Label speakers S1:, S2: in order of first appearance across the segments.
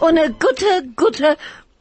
S1: und a gute, gute,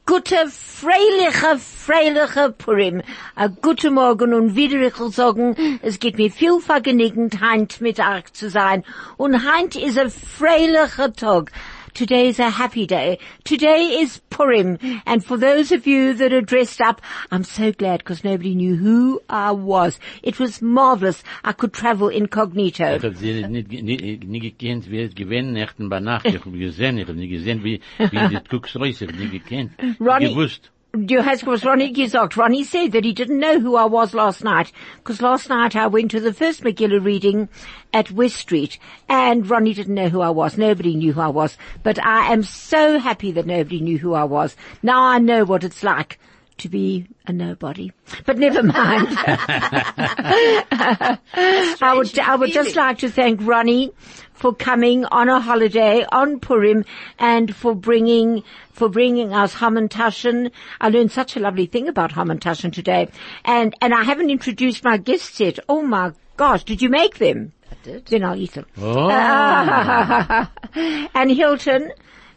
S1: gute, freiliche, freiliche Purim. A guten Morgen und wieder ich will sagen, es gibt mir viel Vergnügen, heint mit euch zu sein. Und heint ist a freiliche Tag. Today is a happy day. Today is Purim. And for those of you that are dressed up, I'm so glad because nobody knew who I was. It was marvelous. I could travel incognito.
S2: Ich hab sie nicht, nicht, nicht gekannt, wie es gewesen Nächten bei Nacht. Ich hab gesehen, ich hab nicht gesehen, wie, wie die Tugs Reus, ich hab nicht gekannt.
S1: Ronnie-
S2: Gewusst.
S1: You has was Ronnie Gizocht. Ronnie said that he didn't know who I was last night because last night I went to the first Megillah reading at West Street and Ronnie didn't know who I was. Nobody knew who I was, but I am so happy that nobody knew who I was. Now I know what it's like to be a nobody, but never mind. I would, I would just like to thank Ronnie for coming on a holiday on Purim and for bringing, for bringing us Hamantaschen. I learned such a lovely thing about Hamantaschen today. And, and I haven't introduced my guests yet. Oh my gosh, did you make them? I did. Then I'll eat them.
S2: Oh,
S1: Ah. And Hilton,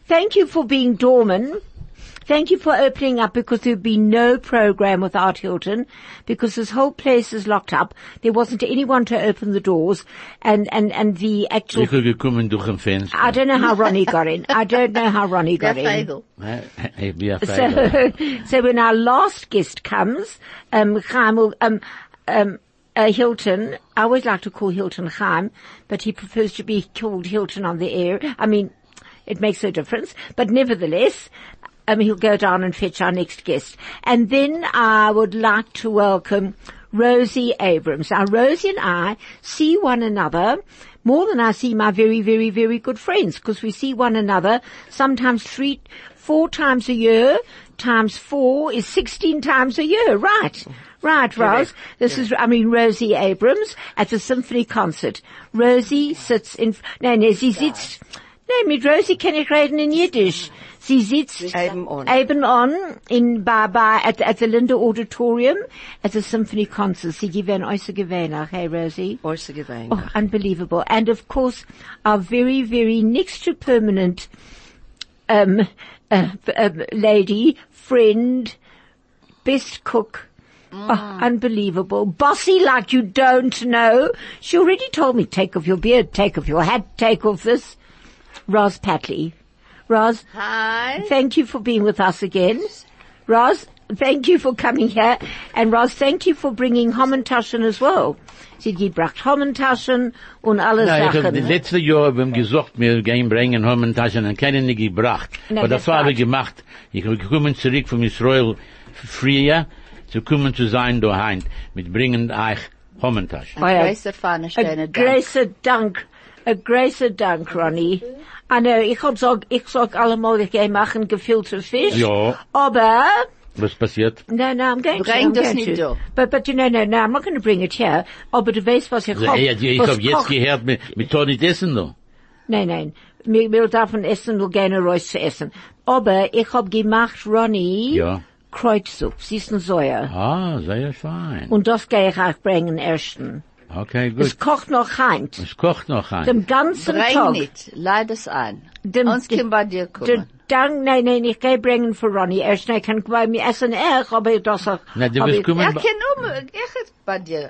S1: thank you for being dormant. Thank you for opening up because there'd be no program without Hilton because this whole place is locked up. There wasn't anyone to open the doors and, and, and the actual,
S2: Oh, ich hab gekommen durch ein
S1: I
S2: Fenster.
S1: don't know how Ronnie got in. I don't know how Ronnie got in.
S2: Ich bin ein
S1: So,
S2: Feiger.
S1: so when our last guest comes, um, Chaim will, um, um, uh, Hilton, I always like to call Hilton Chaim, but he prefers to be called Hilton on the air. I mean, it makes no difference, but nevertheless, um, he'll go down and fetch our next guest. And then I would like to welcome Rosie Abrams. Now Rosie and I see one another more than I see my very, very, very good friends because we see one another sometimes three, four times a year times four is 16 times a year. Right. Right, Roz. This is, I mean, Rosie Abrams at the symphony concert. Rosie sits in, no, no, sie sitzt, no, mit Rosie kann ich reden in Yiddish. Sie sitzt
S3: Eben on.
S1: Eben on in by, by, at, at the Linda Auditorium at the symphony concert. Sie geben äußere Gewähne. Hey, Rosie.
S3: Äußere Gewähne.
S1: Oh, unbelievable. And of course, our very, very next to permanent, um, uh, um, lady, friend, best cook. Oh, unbelievable. Bossy like you don't know. She already told me, take off your beard, take off your hat, take off this. Roz Patley. Roz,
S4: Hi.
S1: thank you for being with us again. Roz, thank you for coming here. And Roz, thank you for bringing Hommentaschen as well. Sie hat gebracht Hommentaschen und alle
S2: Nein, ich hab die
S1: Sachen.
S2: letzte Jahr beim gesagt, mir gehen bringen Homentaschen und keinen nicht gebracht.
S1: Nein,
S2: Aber
S1: das
S2: das habe
S1: war-
S2: ich gemacht. Ich bin gekommen zurück von Israel früher, zu kommen zu sein daheim, mit bringen euch Homentaschen.
S1: Oh, ja.
S4: Größer Fahne,
S1: A
S4: schöne Dank.
S1: großer Dank. A großer Dank, Ronnie. I know, ich hab sag, ich sag allemal, ich geh machen gefüllte Fisch.
S2: Ja.
S1: Aber,
S2: Was passiert?
S1: no, no, I'm going to.
S4: Bring
S1: I'm
S4: das
S1: going
S4: nicht
S1: to.
S4: da.
S1: But, but you know, no, no, I'm not going to bring it here. Aber du weißt, was ich
S2: Also,
S1: hab.
S2: ey, ich
S1: was
S2: hab jetzt
S1: kocht.
S2: gehört, mit, mit Toni Dessen noch.
S1: Nein, nein. Mir, mir davon essen, nur gerne Reus zu essen. Aber ich hab gemacht, Ronny,
S2: Ja.
S1: Kreuzsuppe, süßen Säuer.
S2: Ah, sehr fein.
S1: Und das gehe ich auch bringen, ersten.
S2: okay, gut.
S1: Es kocht noch heint.
S2: Es kocht noch ein.
S1: Dem ganzen
S4: Bring
S1: Tag.
S4: nicht. Leid es ein.
S1: Dem-
S4: Uns
S1: dem-
S4: kann bei dir
S1: Der
S4: kommen.
S1: Dank, nein, nein, ich gehe bringen für Ronny. Erst, nein, ich kann bei mir essen, er, aber das auch.
S2: Na, du
S1: aber-
S2: wirst
S4: Er
S2: kommen,
S4: kann um, ich kann bei dir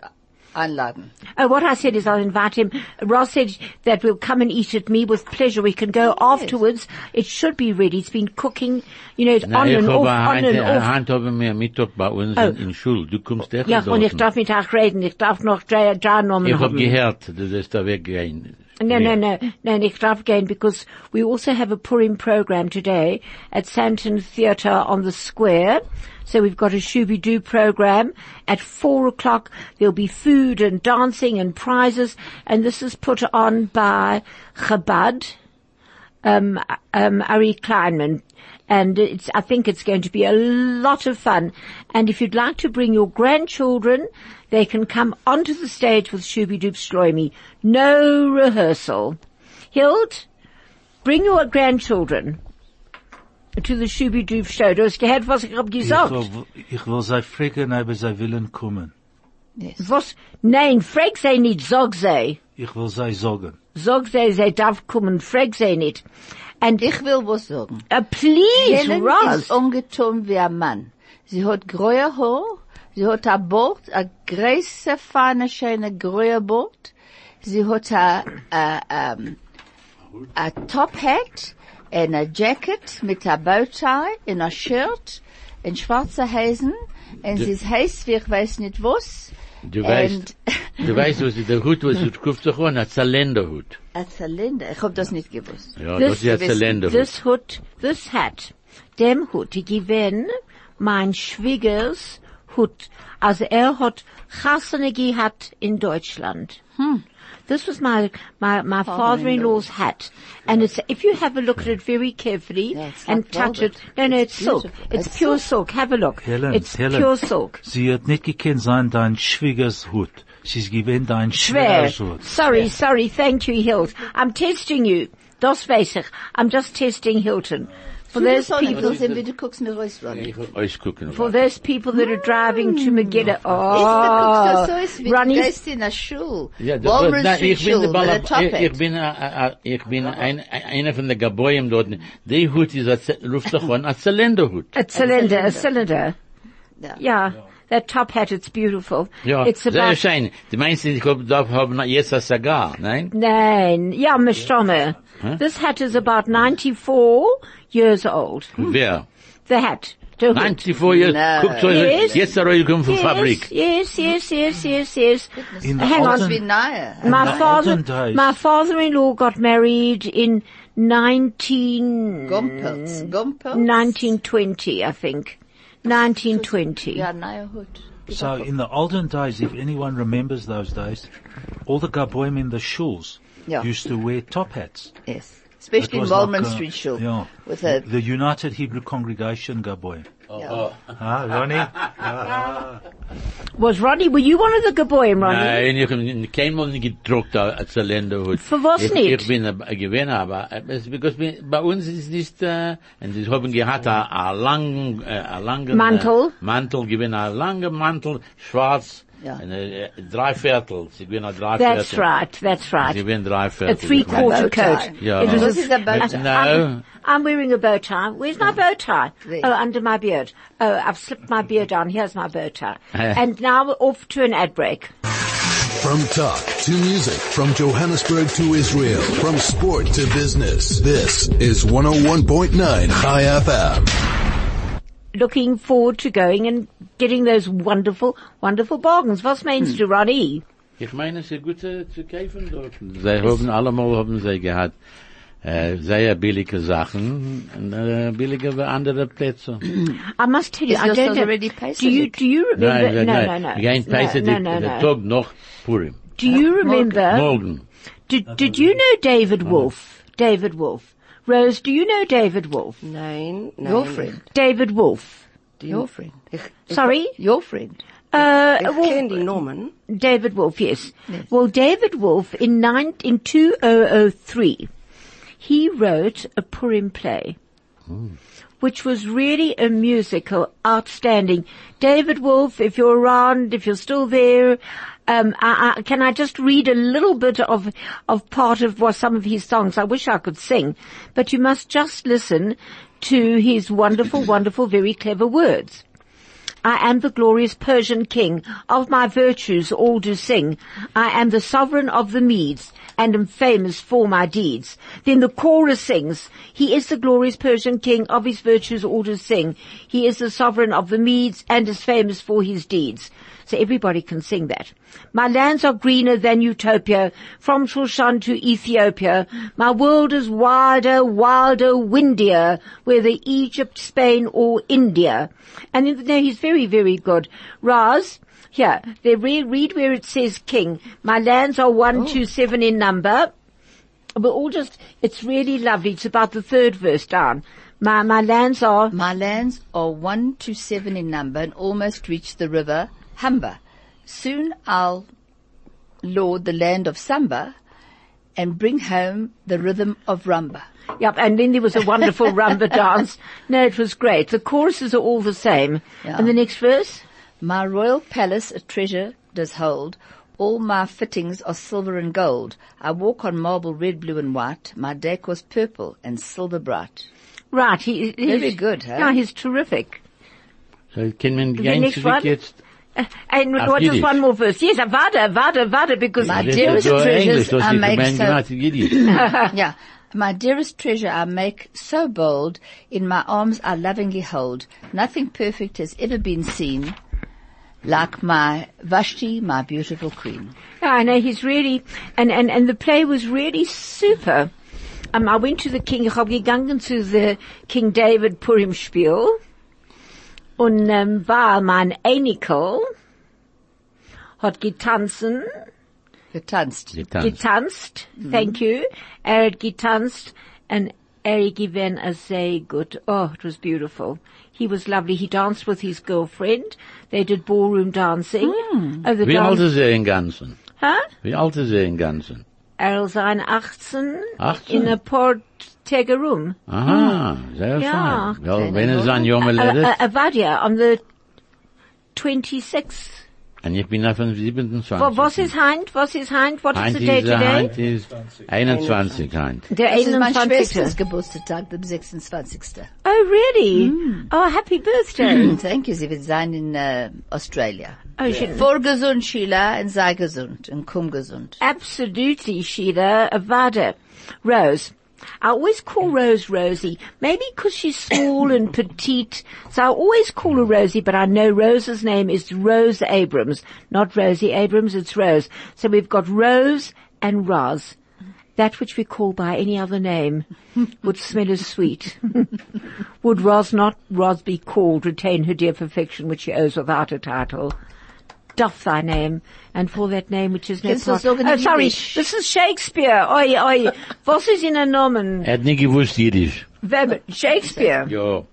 S4: einladen.
S1: Oh, what I said is I'll invite him. Ross said that we'll come and eat at me with pleasure. We can go afterwards. It should be ready. It's been cooking, you know, it's
S2: na,
S1: on
S2: ich
S1: and
S2: hab
S1: off,
S2: ein
S1: on
S2: Hand,
S1: and
S2: ein
S1: off.
S2: Hand haben wir Mittag bei uns in, in Schul. Du kommst echt
S1: Äh, Ja, und ich
S2: dorten.
S1: darf mit euch reden. Ich darf noch drei, drei Namen
S2: Ich hab
S1: haben.
S2: gehört, du sollst da weggehen.
S1: No, no, no, no, Nick Dovgain, because we also have a Purim program today at Santon Theatre on the Square. So we've got a Shooby Doo program at four o'clock. There'll be food and dancing and prizes, and this is put on by Chabad um, um, Ari Kleinman. And it's, I think it's going to be a lot of fun. And if you'd like to bring your grandchildren, they can come onto the stage with Shubi Doop Shloimi. No rehearsal. Hild, bring your grandchildren to the Shubi Doop show. Du hast gehört, was ich hab
S5: Ich
S1: gesagt.
S5: will, ich will sie fragen, aber sie willen kommen.
S4: Yes.
S1: Was? Nein, frag sie nicht, sag sie.
S5: Ich will sie sagen.
S1: Sag sie, sie darf kommen, frag sie nicht. And,
S4: Ich will was sagen.
S1: uh, please,
S4: Helen
S1: Ross.
S4: ist angetan wie ein Mann. Sie hat grüne Haar, sie hat ein Bart, ein große, feine, schöne grüne Bart. Sie hat ein, ein, ein, ein Top Hat, und ein Jacket mit einem Bowtie, und ein Shirt, und schwarze Hosen, und sie ist heiß wie ich weiß nicht was.
S2: Du weißt, du weißt, was der Hut, was du kaufst, doch ein Zylinderhut.
S4: Ein Zylinder, ich hab das nicht gewusst.
S2: Ja,
S1: This-
S2: das ist ein
S1: this-
S2: Zylinderhut.
S1: This Hut, this Hat, dem Hut, ich gewinn mein Schwiegers Hut. Also er hat Chassene gehabt in Deutschland.
S4: Hm.
S1: This was my, my, my father-in-law's hat. And it's, if you have a look at it very carefully
S4: Yeah, it's
S1: and
S4: like
S1: touch
S4: velvet.
S1: it, no, no, it's,
S4: It's
S1: silk.
S4: beautiful.
S1: It's,
S4: It's
S1: pure silk. Have a look.
S5: Helen,
S1: it's
S5: Helen.
S1: pure silk.
S5: Sie hat nicht gekannt sein dein Schwiegershut. Sie gewinnt dein
S1: Schwer.
S5: Schwiegershut.
S1: Sorry, sorry. Thank you, Hilt. I'm testing you. Das weiß ich. I'm just testing Hilton. For those people
S4: People sind, wie du guckst mir raus, Ronny.
S2: Euch gucken.
S1: for those people that are driving
S5: Hmm.
S1: to Megiddo.
S4: Jetzt
S1: Oh,
S4: guckst du so, ist wie du
S1: Ronnie's,
S4: gehst in der Schule.
S2: Ja, das-
S4: Walmart
S2: na,
S4: Street
S2: ich bin
S4: Schule,
S2: der
S4: mit der
S2: Ballab,
S4: Top
S2: ich, ich
S4: Hat.
S2: bin, a- a- a- ich bin ein, ein- einer von den Gaboyim dort. Der Hut ist, ein Z- ruft doch an, ein Zylinderhut.
S1: a cylinder, a cylinder.
S4: Ja.
S1: Yeah, that top hat, it's beautiful.
S2: Ja,
S1: it's
S2: sehr
S1: about,
S2: schön. Die meinst, ich hab, darf haben jetzt ein Sagar, nein?
S1: nein, ja, Mishtome. This hat is about 94 years old.
S2: Wer?
S1: The hat. The hood.
S2: 94 Jahre,
S4: Nein.
S2: guckt so,
S1: Yes.
S2: jetzt der Reue kommt von Fabrik.
S1: Yes, yes, yes, yes, yes, yes.
S5: In
S1: Hang
S5: the
S1: on.
S4: Das ist wie
S5: autumn,
S4: nahe.
S1: My
S5: the olden
S1: father,
S5: days.
S1: my father-in-law got married in 19,
S4: Gumpels, Gumpels.
S1: 1920, I think. 1920.
S4: Ja, nahe Hut.
S5: so in the olden days, if anyone remembers those days, all the Gaboim in the shuls
S4: Yeah.
S5: used to wear top hats.
S4: Yes.
S5: It
S4: Especially in
S5: was
S4: Walmart
S5: like, uh,
S4: Street Schule.
S5: Yeah.
S4: With a,
S5: the United Hebrew Congregation Gaboim.
S4: ja.
S5: Ah, Ronnie?
S1: Was Ronnie, were you one of the Gaboyim, Ronnie?
S2: Nein, ich hab keinmal nicht gedruckt, ein Zylinderhut.
S1: Für was
S2: ich,
S1: nicht?
S2: Ich bin ein Gewinner, aber, es- because wir- bei uns ist nicht, äh, und sie haben gehabt, ein- ein langen, äh, ein langen,
S1: Mantel?
S2: Äh, Mantel, gewinner, ein langer Mantel, schwarz,
S4: Ja.
S2: und, äh, drei Viertel, sie gewinnen drei
S1: That's
S2: Viertel.
S1: right, that's right.
S2: Sie gewinnen drei
S1: a
S2: Viertel.
S1: three-quarter
S4: A bow tie.
S1: coat.
S2: Yeah.
S1: It was
S4: This is a bow
S1: I-
S4: tie.
S1: I'm, I'm wearing a bow tie. Where's my bow tie?
S4: There.
S1: Oh, under my beard. Oh, I've slipped my beard down. Here's my bow tie.
S2: Eh.
S1: and now we're off to an ad break.
S3: From talk to music, from Johannesburg to Israel, from sport to business. This is 101.9 High FM.
S1: Looking forward to going and getting those wonderful, wonderful bargains. Was means to Ronnie?
S2: Ich meine, es ist gut äh, zu kaufen dort. Sie haben allemal haben sie gehabt äh, sehr billige Sachen, und, äh, billige wie andere Plätze.
S1: I must tell you,
S4: Is
S1: I
S4: yours
S1: don't know.
S4: already
S1: do you,
S4: paiselig?
S1: do you remember? no, no, no.
S2: Again,
S1: no,
S2: Paisid,
S1: no, no,
S2: the
S1: no.
S2: Tag noch Purim.
S1: Do you remember?
S2: Morgen.
S1: Did, did you know David Wolf? David Wolf. Rose, do you know David Wolf?
S6: Nein, nein.
S4: Your friend.
S1: David Wolf.
S4: Your friend. Ich- ich-
S1: Sorry?
S4: Your friend.
S1: Uh,
S6: Ich
S1: well,
S6: kenne die Namen.
S1: David Wolf, yes. Well, David Wolf in nine, in 2003, he wrote a Purim play, which was really a musical, outstanding. David Wolf, if you're around, if you're still there, um, I, I, can I just read a little bit of of part of what some of his songs? I wish I could sing, but you must just listen to his wonderful, wonderful, very clever words. I am the glorious Persian king, of my virtues all do sing. I am the sovereign of the Medes, and am famous for my deeds. Then the chorus sings, he is the glorious Persian king, of his virtues all do sing. He is the sovereign of the Medes, and is famous for his deeds. So everybody can sing that. My lands are greener than Utopia, from Shushan to Ethiopia. My world is wider, wilder, windier, whether Egypt, Spain or India. And then, no, he's very, very good. Raz, here, they re- read where it says king. My lands are one, two, seven in number. We're all just, it's really lovely. It's about the third verse down. My, my lands are
S4: My lands are one to seven in number and almost reach the river Humber. Soon I'll lord the land of Samba and bring home the rhythm of Rumba.
S1: Yep, and then there was a wonderful rumba dance. No, it was great. The choruses are all the same.
S4: Yeah.
S1: And the next verse?
S4: My royal palace a treasure does hold, All my fittings are silver and gold. I walk on marble red, blue and white. My decor's purple and silver bright.
S1: Right, he, he's
S4: Very good, huh?
S1: Yeah, he's terrific.
S2: So can man
S1: next one?
S2: jetzt?
S1: And
S2: Auf
S1: what is
S2: Yiddish.
S1: one more verse? Yes, Avada, Avada, Avada, because
S4: My
S2: Das
S4: dearest
S2: ist so
S4: treasures
S2: Englisch, das
S4: are
S2: ist
S4: made
S2: mein
S4: so-
S2: gemacht in Yiddish.
S4: yeah. My dearest treasure I make so bold, in my arms I lovingly hold. Nothing perfect has ever been seen like my Vashti, my beautiful queen.
S1: Yeah, I know he's really, and, and, and the play was really super. Um, I went to the King, ich habe gegangen zu the King David Purim Spiel und ähm, war mein Enikel, hat getanzen,
S4: Getanzt.
S2: Getanzt.
S1: getanzt, thank you, er hat getanzt and er given a say good. Oh, it was beautiful. He was lovely. He danced with his girlfriend. They did ballroom dancing. Oh, the
S2: Wie alt
S1: dance,
S2: ist er im Ganzen?
S1: huh?
S2: Wie alt ist er im Ganzen?
S1: Er sein 18,
S2: 18?
S1: in a Port Tegerum.
S2: Aha, sehr
S1: Ja.
S2: fein. Wel, wenn es ein junger Lehrer
S1: Uh,
S2: ist,
S1: Avadia on the 26th.
S2: und ich bin auf dem 27.
S1: Wa- Was ist Heint? Was ist Heint? What is
S2: Heint
S1: the day
S2: ist, äh,
S1: today?
S2: Heint ist 21, Heint.
S1: Der
S4: Das ist mein
S1: 21.
S4: Schwesters Geburtstag, dem 26.
S1: Oh, really? Oh, happy birthday.
S4: Thank you, sie wird sein in äh, Australia.
S1: Oh, shouldn't-
S4: Vorgesund, Sheila, und sei gesund, und komm gesund.
S1: Absolutely, Sheila. Avada. Rose. I always call Rose Rosie, maybe because she's small and petite. So I always call her Rosie, but I know Rose's name is Rose Abrams, not Rosie Abrams, it's Rose. So we've got Rose and Roz. That which we call by any other name would smell as sweet. would Roz not, Roz be called, retain her dear perfection which she owes without a title? doff thy name, and for that name which is no
S4: Kennst du das
S1: part-
S4: sogenannte
S1: Oh, sorry,
S4: Jiddisch?
S1: this is Shakespeare. Oi, oi. Was ist in den Namen?
S2: Er hat nie gewusst Jiddisch.
S1: Wer- Shakespeare.
S2: Ja.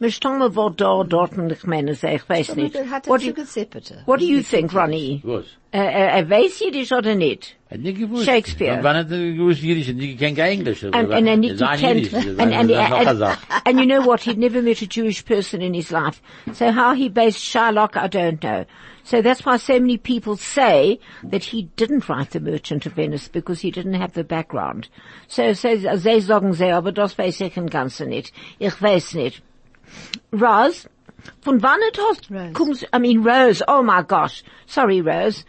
S1: Mir stamme wo da, dort, und ich meine, es, ich weiß nicht.
S4: Hat er
S1: What do,
S4: zugezeigt, bitte?
S1: what do you think, Ronnie?
S2: Was?
S1: Äh, äh, Er weiß Jiddisch oder nicht?
S2: Er hat nie gewusst.
S1: Shakespeare.
S2: Und wann hat er gewusst Jiddisch? Er hat nie gekannt kein Englisch.
S1: And, and, and, he can't- and, and, and, and, and you know what? He'd never met a Jewish person in his life. So how he based Shylock, I don't know. So that's why so many people say that he didn't write The Merchant of Venice because he didn't have the background. So, so, they sagen sie, aber das weiß ich im Ganzen nicht. Ich weiß nicht. Roz, von wann it hast,
S4: Rose.
S1: comes, I mean Rose, oh my gosh. Sorry Rose.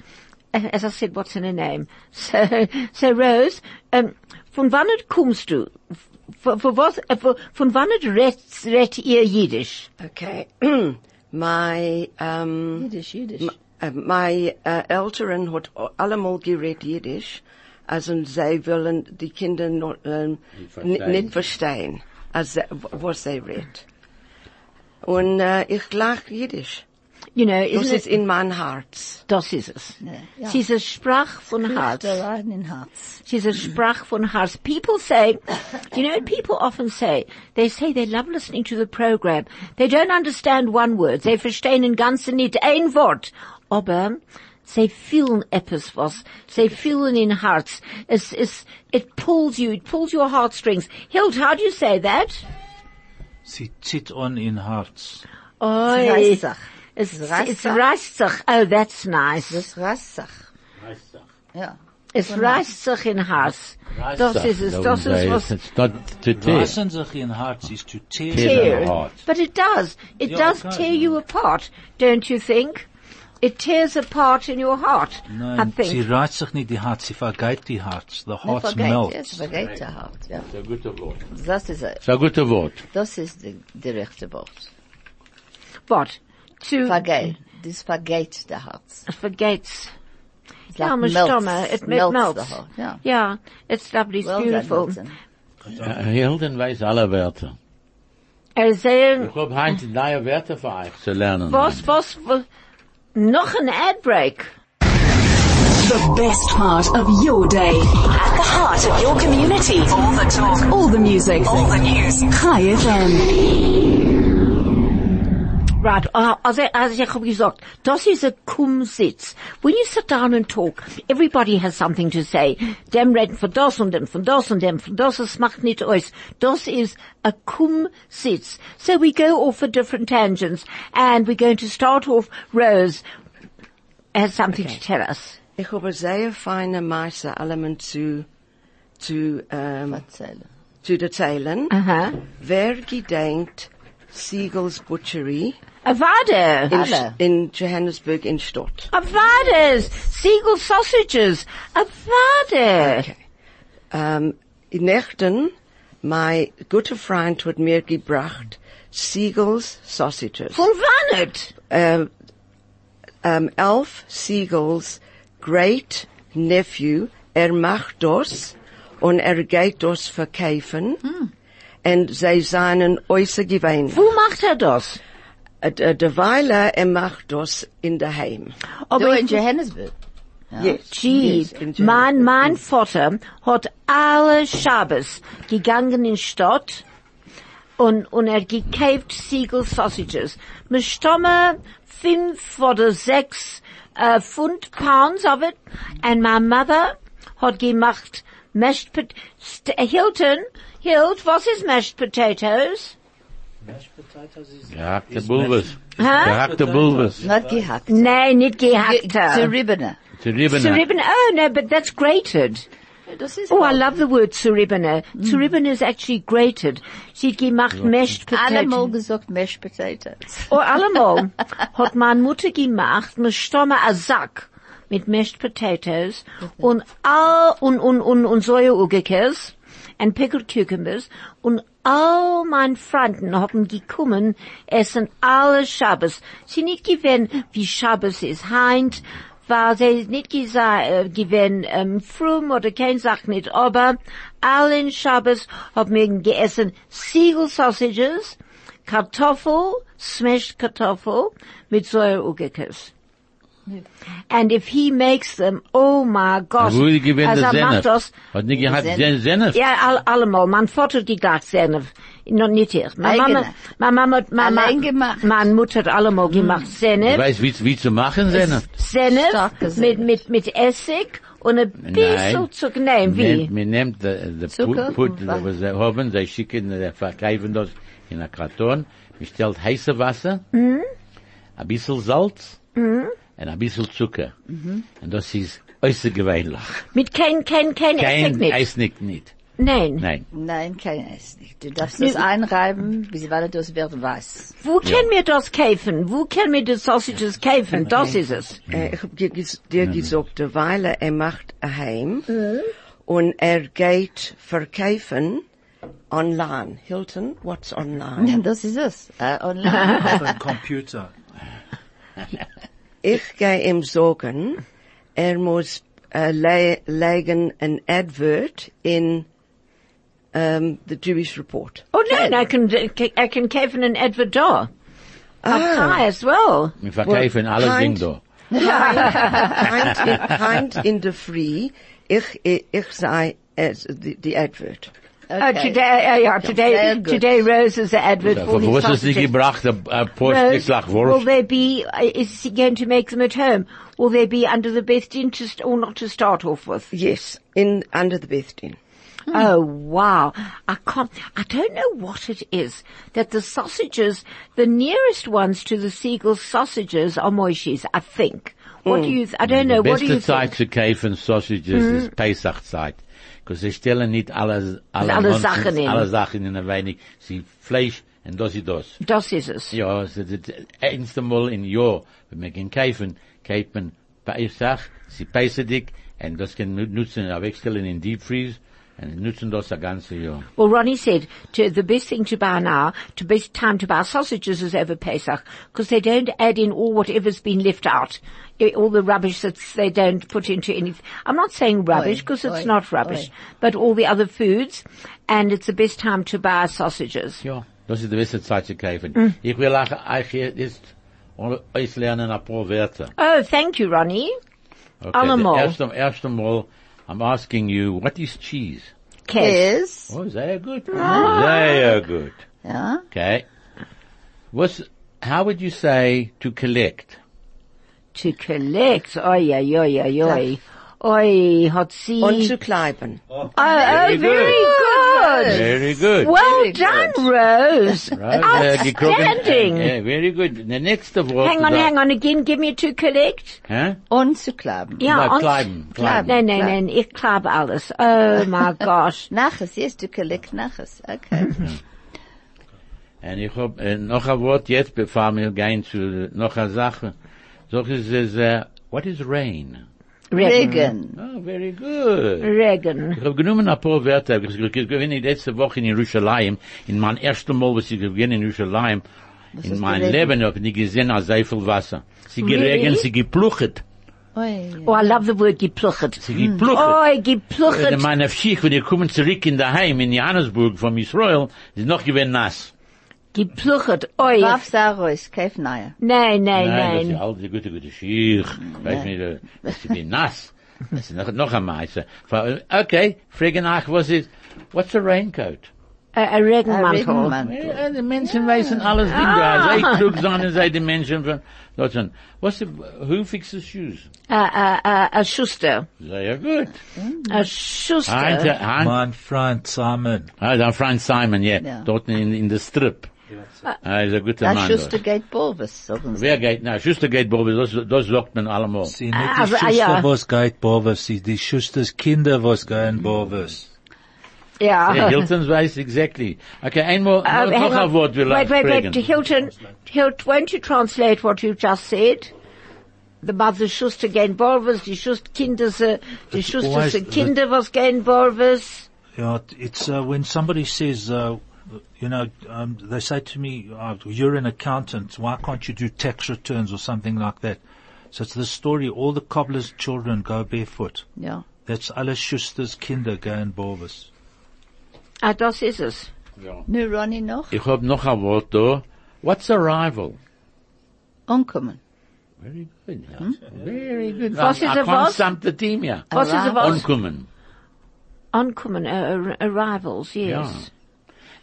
S1: Uh, As I said, what's in her name? So, so Rose, um, von wann it kommst du? Von, von was, äh, von, von wann it redt, redt ihr Jiddisch?
S6: Okay. my, um,
S4: Jiddisch, Jiddisch.
S6: m- uh, my uh, Eltern hat a- allemal geredet Jiddisch, also sie wollen die Kinder not, ähm,
S2: verstehen.
S6: n- nicht verstehen, als sie- w- was sie redet. Und äh, ich lach Jiddisch.
S1: You know, isn't
S6: Das
S1: it,
S6: ist dus. in mein Herz.
S1: das ist es.
S4: ja.
S1: Sie ist eine Sprache von Herz.
S4: Der Rhein in Harz.
S1: She's a sprach von Hars. People say, you know, people often say, they say they love listening to the program. They don't understand one word. They verstehen in ganzen nicht ein Wort. Aber they feel etwas was. They feel in hearts. It's, it's, it pulls you, it pulls your heartstrings. Hilt, how do you say that?
S5: Sie zit on in hearts.
S1: Oi.
S4: Reissach.
S1: It's, it's
S4: Reissach.
S1: reissach. Oh, that's nice.
S4: Das Rassach. Ja.
S1: It's reissach in Hars. Das ist es. Das ist was.
S2: It's not to tear.
S5: Reißen sich in hearts is to
S2: Tear.
S5: tear. them
S1: tear.
S5: apart.
S2: apart.
S1: But it does. It
S5: Yeah,
S1: does
S5: it does.
S1: tear you apart, don't you think? It tears apart in your heart, I
S5: Nein, sie
S1: think.
S5: reißt sich nicht die Hearts, sie vergeht die Hearts. The
S4: Man
S5: hearts
S4: vergeht, ja,
S5: melt.
S4: vergeht der Hart, ja.
S2: So gute Wort.
S4: Das ist, äh,
S2: So gute Wort.
S4: das ist die, die rechte Wort.
S1: What? To
S4: Vergeht. Das vergeht der Herz.
S1: forgets.
S4: It's
S1: Yeah, my
S4: like
S1: stomach. It melts.
S4: the heart. Yeah.
S1: Yeah, it's lovely. It's
S4: Well
S1: beautiful.
S4: done, Milton.
S2: Hilden weiß alle Wörter.
S1: Er
S2: Ich
S1: sehen,
S2: hab heute neue Wörter für euch zu lernen.
S1: was, was, was, noch an ad break.
S7: The best part of your day. At the heart of your community. All the talk. All the music. All the news. High FM.
S1: Right, uh, as, I, as I have gesagt, das is a Kumsitz. When you sit down and talk, everybody has something to say. Dem reden von das und dem von das und dem von das, es macht nicht aus. Das is a Kumsitz. So we go off at different tangents, and we're going to start off, Rose, has something to tell us.
S6: Ich habe sehr feine Meise allemen zu, zu, ähm,
S4: erzählen.
S6: zu erzählen.
S1: Uh-huh.
S6: Wer gedenkt Siegel's Butchery
S1: Avada.
S6: in,
S4: Alle.
S6: in Johannesburg in Stott?
S1: Avadas. Seagull sausages. Avada.
S6: Um, in Nächten, mein guter Freund hat mir gebracht Siegel's Sausages.
S1: Von Vanet.
S6: um, um, Alf Siegel's great nephew, er macht das und er geht das verkaufen. Und sie seien äußer gewähnt.
S1: Wo macht er das?
S6: eh, Derweile er macht das in der Heim.
S4: Du
S1: Aber
S4: in
S1: ich-
S4: Johannesburg.
S6: Yes.
S1: Gee,
S6: Yes, in Johannesburg.
S1: mein, mein Vater hat alle Schabes gegangen in Stadt und, und er gekauft Siegel Sausages. Mit Stamme fünf oder sechs äh, Pfund Pounds of it. And my mother hat gemacht mashed pot St- Hilton, Hilt, was ist mashed potatoes?
S5: Mashed potatoes is-
S2: Gehackte
S5: is
S2: Bulbers.
S5: mashed-
S2: Gehackte Bulbers.
S4: Not gehackt.
S1: Nein, nicht
S4: Ge-
S1: gehackte.
S4: Zerribene.
S2: Zerribene.
S1: Cerebin, oh no, but that's grated.
S4: Das ist
S1: Oh, I love the word cerebina. Cerebina is actually grated. Sie gemacht mashed
S4: Allemal
S1: potatoes.
S4: gesagt mashed potatoes.
S1: Oh, allemal. Hat meine Mutter gemacht, mit Stomme a Sack mit mashed potatoes und all, und, und, und, und Säureugekes and pickled cucumbers und all mein Freunden haben gekommen, essen alle Schabes. Sie nicht gewähnt, wie Schabes ist heint, weil sie nicht gesagt, äh, gewähnt, ähm, frum oder kein Sach nicht, aber allen Schabes haben wir geessen Siegel Sausages, Kartoffel, smashed Kartoffel mit Säureugekes. And if he makes them, oh my gosh.
S2: Wo ich gewinne
S1: also er macht
S2: Senf.
S1: das,
S2: Hat nicht gehabt
S4: Senf.
S2: Senf.
S1: ja, all, allemal. Mein Vater hat gedacht, Senf. Noch nicht ich. Meine
S4: Eigene.
S1: Mama, meine Mama, hat- meine,
S4: Allein
S1: Ma-
S4: gemacht. Mhm.
S1: Meine Mutter hat allemal gemacht,
S2: Ich
S1: Senf.
S2: weiß, wie, wie zu machen Senf.
S1: Senf
S4: Starke Senf.
S1: mit, mit, mit Essig und ein bisschen Zucker. Nein, wie?
S2: Man nimmt the
S4: Zucker?
S2: put,
S4: Was?
S2: was sie haben, sie schicken, sie verkaufen das in einen Karton, man stellt heiße Wasser,
S1: Mhm.
S2: ein bisschen Salz, und ein bisschen Zucker.
S1: Mhm.
S2: Und das ist äußerst gewöhnlich.
S1: Mit kein, kein, kein, Essig
S2: Kein
S1: nicht.
S2: Eis nicht, nicht.
S1: Nein.
S2: Nein.
S4: Nein, kein es nicht. Du darfst es einreiben, bis weil das wird weiß.
S1: Wo können wir das kaufen? Wo können wir die Sausages kaufen? Das ist es.
S6: Äh, ich habe dir, ges dir gesagt, derweile er macht ein Heim und er geht verkaufen online. Hilton, what's online?
S4: Das ist es. Äh, online.
S5: Auf einem Computer.
S6: Ich gehe ihm sagen, er muss äh, le legen ein Advert in ähm, the Jewish Report.
S1: Oh nein, I can, I can kaufen an Edward Door. Ah. as well.
S2: Wir verkaufen
S6: Well,
S2: alles Ding
S6: kind-
S2: da.
S6: Heint in, heint in der Früh, ich, ich, ich sei es, eh, die, die Advert.
S1: Uh, today, uh, yeah,
S4: Very
S1: today,
S4: good.
S1: today Rose is an advert for
S2: Von
S1: his
S2: wo ist es nicht
S1: sausages.
S2: gebracht, ein ein paar
S1: Rose,
S2: Stücklach
S1: will
S2: Wurst?
S1: they be, uh, is he going to make them at home? Will they be under the best interest or not to start off with?
S6: Yes, in, under the Bethlehem.
S1: Oh wow. I can't, I don't know what it is that the sausages, the nearest ones to the seagull sausages are Moishi's, I think. What do you, th- I don't know,
S2: Die
S1: what do you
S2: beste
S1: think? Hmm?
S2: Zeit zu kaufen Sausages ist Pesachzeit. Because sie stellen nicht alle, alle,
S1: Alle
S2: Nonsens,
S1: Sachen in.
S2: alle Sachen in ein wenig. Sie Fleisch und das ist das.
S1: Das ist es.
S2: dus. Ja, es ist das einste Mal im Jahr, wenn wir gehen kaufen, kauft man Pesach, sie peisen dich, und das kann man nutzen, wegstellen in Deep Freeze, und nutzen das das ganze Jahr.
S1: Well, Ronnie said to, the best thing to buy now, to best time to buy sausages is over Pesach because they don't add in all whatever's been left out, I- all the rubbish that they don't put into any. I'm not saying rubbish because it's
S4: oi,
S1: not rubbish,
S4: oi.
S1: but all the other foods, and it's the best time to buy sausages.
S2: Ja, das ist die beste Zeit zu kaufen.
S1: Hmm.
S2: Ich will auch euch jetzt euch lernen ein paar Wörter.
S1: Oh, thank you, Ronnie. Allemaal.
S2: the Erste, erste Mal, I'm asking you, what is cheese?
S1: Kes.
S4: Is.
S2: Oh, sehr gut.
S1: Ah.
S2: Sehr gut.
S4: Ja.
S2: Okay. What's, how would you say to collect?
S1: To collect. Oi, oi, oi, oi, oi. Oi, hot sea.
S6: Und zu bleiben.
S1: Oh, oh, very good. good.
S2: Very good.
S1: Well
S4: Very
S1: done,
S4: good.
S1: Rose.
S2: Right, uh, gekrogen-
S1: Outstanding.
S2: Yeah, very good. The next award.
S1: Hang on, hang on again. Give me two collect.
S2: Huh?
S4: Unzuklappen.
S1: Ja,
S2: No,
S1: ons-
S2: climb, climb.
S1: Nee, nee, nee, nee, ich klappe alles. Oh my gosh.
S4: Nachas, yes, du collect nachas. Okay.
S2: En ik hoop, eh, nog een woord jetzt, bevor we gaan zu, nog een Sache. So is es, eh, what is rain?
S1: Regen.
S4: Regen.
S2: Oh, very good.
S1: Regen.
S2: Ich habe genommen ein paar Wörter. Ich bin letzte Woche in Jerusalem, in mein erstes Mal, was ich gewesen in Jerusalem, in
S4: ist
S2: mein
S4: geregnet?
S2: Leben habe ich nicht gesehen, als sehr viel Wasser. Sie
S1: Really?
S2: geregnet, sie gepluchet,
S4: Oi.
S1: Oh, I love the word gepluchet.
S2: sie gepluchet.
S1: Oh,
S2: Äh,
S1: gepluchet.
S2: Meine Psich, wenn ihr kommen zurück in daheim in Johannesburg von Israel, ist noch gewesen nass.
S1: Gepluchet. Oi.
S4: Warf Saros, kauf nahe.
S1: Nein, nein,
S2: das ist
S1: nein.
S2: all die gute, gute Schich. Weiß nicht, äh, das ist wie nass. Das ist noch, noch ein Meister. Okay, fragen nach, was ist, what's a raincoat?
S1: A, a Regenmantel.
S4: Regenmantel.
S2: Äh, Die Menschen wissen alles, wie
S1: Ah.
S2: das. Ich trug sondern sei die Menschen von Deutschland. Was, who fixes shoes?
S1: A, a, a, a Schuster.
S2: Sehr gut.
S1: A Schuster.
S2: Hand, Hand,
S5: Mein Freund Simon.
S2: ah, der Franz Simon, ja,
S4: Ja.
S2: dort in, in der Strip. Ah, ist ein guter
S4: Das
S2: Mann.
S4: schüsste
S2: dort.
S4: geht Bovis, sagen sie.
S2: Wer geht, na, Schuster geht, nou, Bobby, das, das sagt man allemal.
S5: Sie nicht die
S1: Also, ah,
S5: Schuster,
S1: ja.
S5: was geht Bovis. Sie die Schusters Kinder, was gehen Bovis.
S2: Ja,
S1: Ja.
S2: Hilton weiß, exactly. Okay, einmal,
S1: Uh,
S2: noch, noch ein Wort will
S1: wait,
S2: ich
S1: wait, wait.
S2: fragen.
S1: Hilton, Hilton, won't you translate what you just said? The mother Schuster gehen Bolvers, die Schust Kinder, die
S5: always
S1: Schuster
S5: the-
S1: Kinder was gehen Bolvers.
S5: Yeah, it- it's uh, when somebody says, uh, you know, um, they say to me, oh, "You're an accountant. Why can't you do tax returns or something like that?" So it's the story. All the cobbler's children go barefoot.
S4: Ja.
S5: That's alle Schuster's Kinder going Bovis.
S1: Ah, das ist es.
S4: Nur Ronny noch?
S2: Ich hab noch ein Wort da. What's a rival?
S4: Umkommen.
S2: Very good.
S1: Hm?
S2: ja. Very good.
S1: Was
S2: Um, I-
S1: ist
S2: I
S1: ein
S2: can't
S1: was?
S2: stamp the team, ja.
S1: Was ist es was?
S2: Unkommen.
S1: Uncommon uh, ar- arrivals, yes.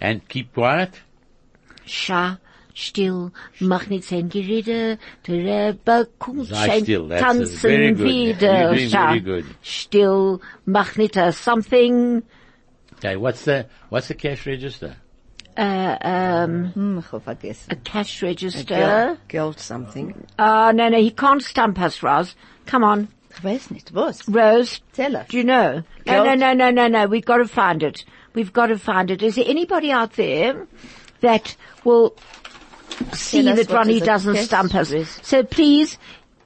S2: And keep quiet.
S1: Scha, still, mach nicht sein Gerede, der Rebbe kommt
S2: Sei
S1: sein
S2: still, that's it. Very
S1: Tanzen
S2: good.
S1: wieder.
S2: You're doing
S1: Scha,
S2: very good.
S1: still, mach nicht a something,
S2: Okay, what's the, what's the cash register?
S1: äh, ähm,
S4: Hm, ich hab vergessen.
S1: cash register.
S6: Geld, Geld something.
S1: Ah, no, no, he can't stump us, Roz. Come on,
S4: Ich weiß nicht, was?
S1: Rose.
S4: Zeller.
S1: Do you know? No,
S4: Geld?
S1: no, no, no, no, no. We've got to find it. We've got to find it. Is there anybody out there that will see
S4: Tell us
S1: that
S4: what
S1: Ronnie
S4: is a
S1: doesn't
S4: test
S1: stump us?
S4: risk.
S1: So please,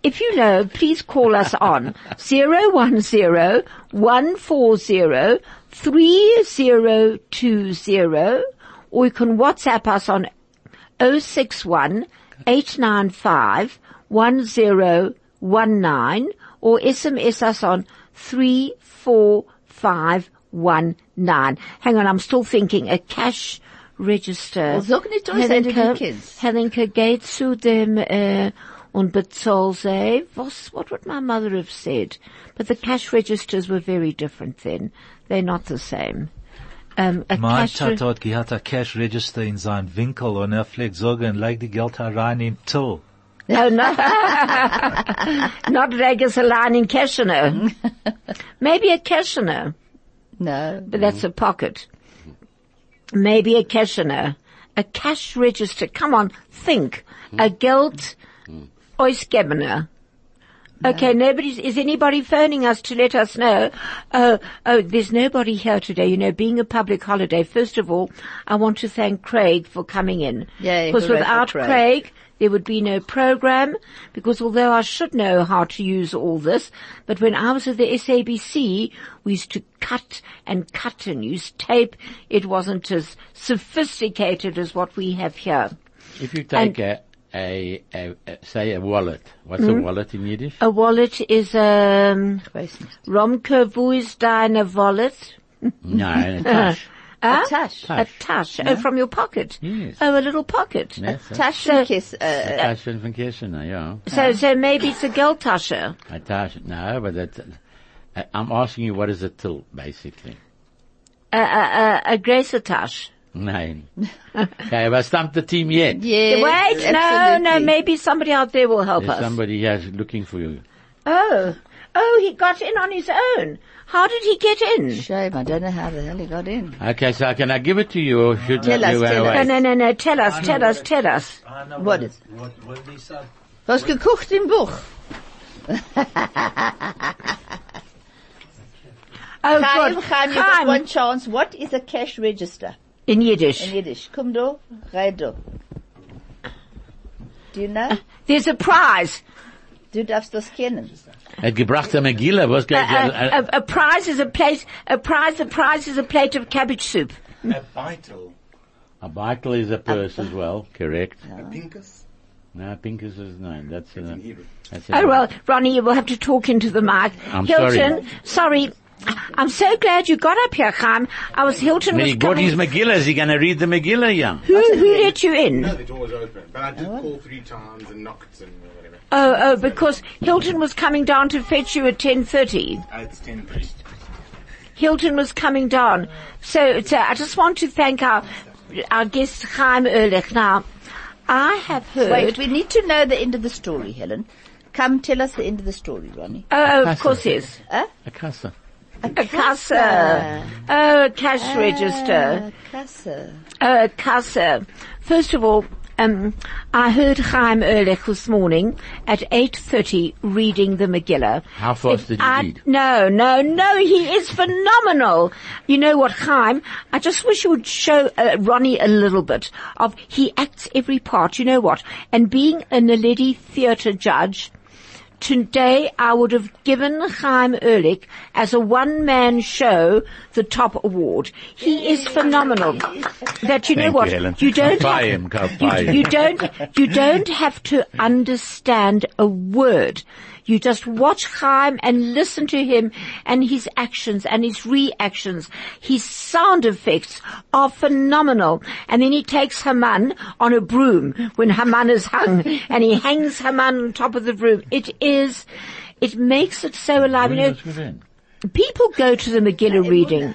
S1: if you know, please call us on zero one zero one four zero three zero two zero, or you can WhatsApp us on 061 895 1019 or SMS us on 34519. Hang on, I'm still thinking. A cash register.
S4: Well, sag nicht uns, Henrike Kids.
S1: Helenka, geht zu dem, äh, und bezahl sie. Was, eh? what would my mother have said? But the cash registers were very different then. They're not the same. Um, a
S5: Mein
S1: cash re-
S5: Tata hat gehabt a cash register in seinem Winkel und er pflegt sagen, leg die Geld herein in Till.
S1: No, no. Not Vegas line in Keshner. Maybe a Keshner,
S4: No.
S1: but that's a pocket. Maybe a Keshner. A cash register. Come on, think. A geld oisgebener. Okay, nobody's, is anybody phoning us to let us know? Oh, oh, there's nobody here today. You know, being a public holiday, first of all, I want to thank Craig for coming in.
S4: Yay,
S1: Because
S4: hooray for
S1: without
S4: Craig.
S1: Craig, mistake, there would be no program because although I should know how to use all this, but when I was at the SABC, we used to cut and cut and use tape. It wasn't as sophisticated as what we have here.
S2: If you take a, a, a, a, say a wallet. What's
S4: Hmm?
S2: a wallet in Yiddish?
S1: A wallet is um
S4: Ich weiß nicht.
S1: Romke, wo ist deine wallet?
S2: No, a cash.
S4: A Tasch.
S1: A tash. Oh, from your pocket.
S2: Yes.
S1: Oh, a little pocket.
S2: Yes, a
S4: Taschenkiss, äh, äh,
S2: Taschen von Kirchener, ja.
S1: So, so maybe it's a girl uh, tasher.
S2: A Taschen, no, but that, I- I'm asking you what is a till, basically.
S1: A, a, a, a gracer tash.
S2: Nein. okay, was stammt the team yet?
S4: yes,
S1: Wait, no, no,
S4: absolutely.
S1: maybe somebody out there will help
S2: There's
S1: us.
S2: somebody here looking for you.
S1: Oh, Oh, he got in on his own. How did he get in?
S4: Shame, I don't know how the hell he got in.
S2: Okay, so can I give it to you or should
S4: Tell
S2: I
S4: us,
S2: you
S4: tell
S1: No,
S4: us.
S1: no, no, no. Tell us, tell us, tell us.
S5: I know
S4: What is-
S5: what, what they said.
S4: Du hast gekocht im Buch.
S1: Oh,
S8: Chaim,
S1: God.
S8: Chaim, you got
S1: Chaim.
S8: one chance. What is a cash register
S1: In
S8: in
S1: Yiddish.
S8: Yiddish? Komm do, red do. Do you know?
S1: There's a prize.
S8: Du darfst das kennen.
S2: Hat gebracht der Megillah, was
S1: A,
S2: geht,
S4: uh,
S1: a, a, a prize is a plate, a prize, a prize is a plate of cabbage soup.
S9: A vital.
S2: a Michael is a purse as well, correct.
S9: A pincus.
S2: No, Pincus is nine, that's in a,
S9: Hebrew.
S2: that's in
S1: Oh
S2: a-
S1: well, Ronnie, you will have to talk into the mic.
S2: I'm
S1: Hilton, sorry. I'm so glad you got up here, Chaim. I was, Hilton
S2: When
S1: was
S2: he got his
S1: coming.
S2: Megillah, is he gonna read the Megillah, yeah?
S1: Who, who let you in?
S9: No, the door was open. But I did call three times and knocked and whatever.
S1: Oh, oh, because Hilton was coming down to fetch you at 10.30.
S9: Uh, it's ten thirty.
S1: Hilton was coming down. So, so I just want to thank our, our guest, Chaim Ehrlich. Now, I have heard...
S8: Wait, we need to know the end of the story, Helen. Come tell us the end of the story, Ronnie.
S1: oh, oh, of course yes.
S2: A casa.
S1: A CASA. Oh, a cash
S4: Ah.
S1: register.
S8: Kasse.
S1: Uh, Kasa, first of all, um, I heard Chaim Ehrlich this morning at 8.30 reading the Megillah.
S2: How fast
S1: If
S2: did he
S1: I-
S2: read?
S1: No, no, no, he is phenomenal. You know what, Chaim? I just wish you would show uh, Ronnie a little bit of he acts every part. You know what? And being a Naledi theatre judge, Today I would have given Chaim Ehrlich as a one-man show the top award. He is phenomenal. That you know
S2: Thank
S1: what
S2: you, Helen.
S1: don't
S2: Kapayim,
S1: have,
S2: kapayim.
S1: You, you don't you don't have to understand a word. You just watch Chaim and listen to him and his actions and his reactions. His sound effects are phenomenal. And then he takes Haman on a broom when Haman is hung and he hangs Haman on top of the broom. It is, it makes it so alive. You know, people go to the Megillah reading.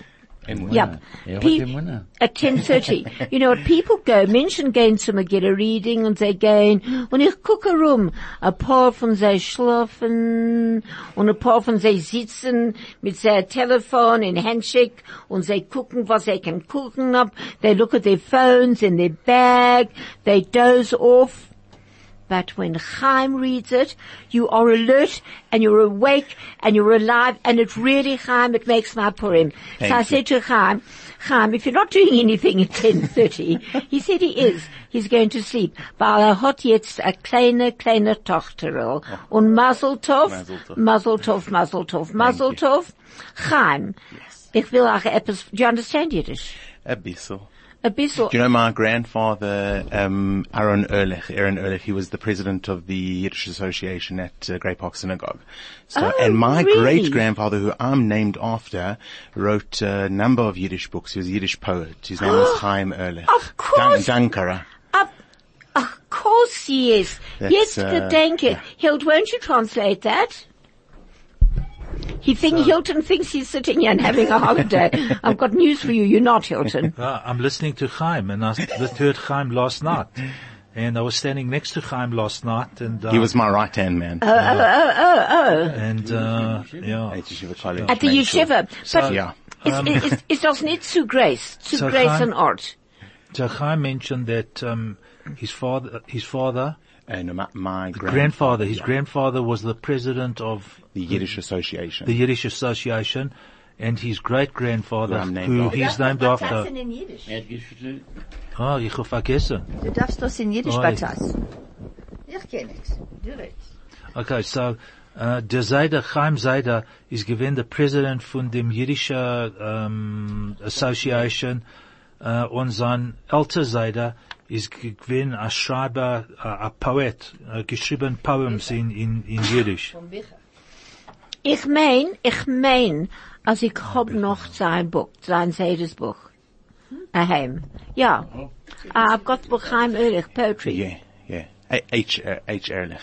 S1: Yep.
S2: Yeah,
S1: Pe-
S2: what him winner?
S1: at 10.30. you know what? People go, Menschen gehen zu Megillah reading und sie gehen, und ich gucke rum. Ein paar von sie schlafen, und ein paar von sie sitzen mit their Telefon in Handshake, und sie gucken, was sie can gucken ab. They look at their phones in their bag. They doze off. But when Chaim reads it, you are alert and you're awake and you're alive and it really, Chaim, it makes my Purim. so I said to Chaim, Chaim, if you're not doing anything at 10.30, he said he is. He's going to sleep. Weil er hat jetzt a kleine, kleine Tochterl. Und Mazel Tov, Mazel Tov, Mazel Tov, Mazel Tov. Chaim, ich will auch etwas, do you understand Yiddish?
S9: Abyssal.
S1: A bissel.
S9: Do you know my grandfather, um, Aaron Ehrlich? Aaron Ehrlich, he was the president of the Yiddish Association at uh, Grey Park Synagogue. So,
S1: Oh,
S9: and my
S1: really?
S9: great grandfather, who I'm named after, wrote a number of Yiddish books. He was a Yiddish poet. His name was Chaim Ehrlich.
S1: Of course.
S9: Dan- Dankara.
S1: Of, of course he is.
S9: That's,
S1: yes,
S9: uh,
S1: thank you. Hilt, won't you translate that? He think, Hilton thinks he's sitting here and having a holiday. I've got news for you. You're not Hilton.
S5: Uh, I'm listening to Chaim, and I s- heard Chaim last night, and I was standing next to Chaim last night, and uh,
S9: He was my right hand man.
S1: Uh,
S5: and uh, yeah.
S9: At Yeshiva College.
S1: At the
S9: Main Shul.
S1: yeshiva. But
S9: yeah. Um,
S1: it's, it's, it's, it's nicht zu grace, zu
S5: So
S1: grace
S5: Chaim-
S1: and art.
S5: So Chaim mentioned that um, his father, his father,
S9: And my, my grandfather,
S5: grandfather, his grandfather was the president of
S9: the Yiddish Association.
S5: the Yiddish Association, and his great grandfather,
S9: Who I'm named
S5: who
S9: after.
S5: he's named
S8: What's
S5: after.
S8: in Yiddish?
S5: Oh, ich habe vergessen.
S8: Du darfst das in Yiddish
S5: Oi.
S8: vertassen. Ich kenne es. Du redest.
S5: Okay, so. Uh, der Zayda, Chaim Zayda, is given the president von dem Yiddish uh, um, Association, uh, und sein älter Zayda is given a Schreiber, a, a poet, uh, geschrieben poems in, in, in Yiddish.
S1: Ich mein, ich mein, als ich hab noch sein Buch, sein zweites Buch. Aheim. Ja. Ah, I've got the book Chaim Ehrlich, poetry.
S9: Oh. yeah, yeah. A- H, uh, H Ehrlich.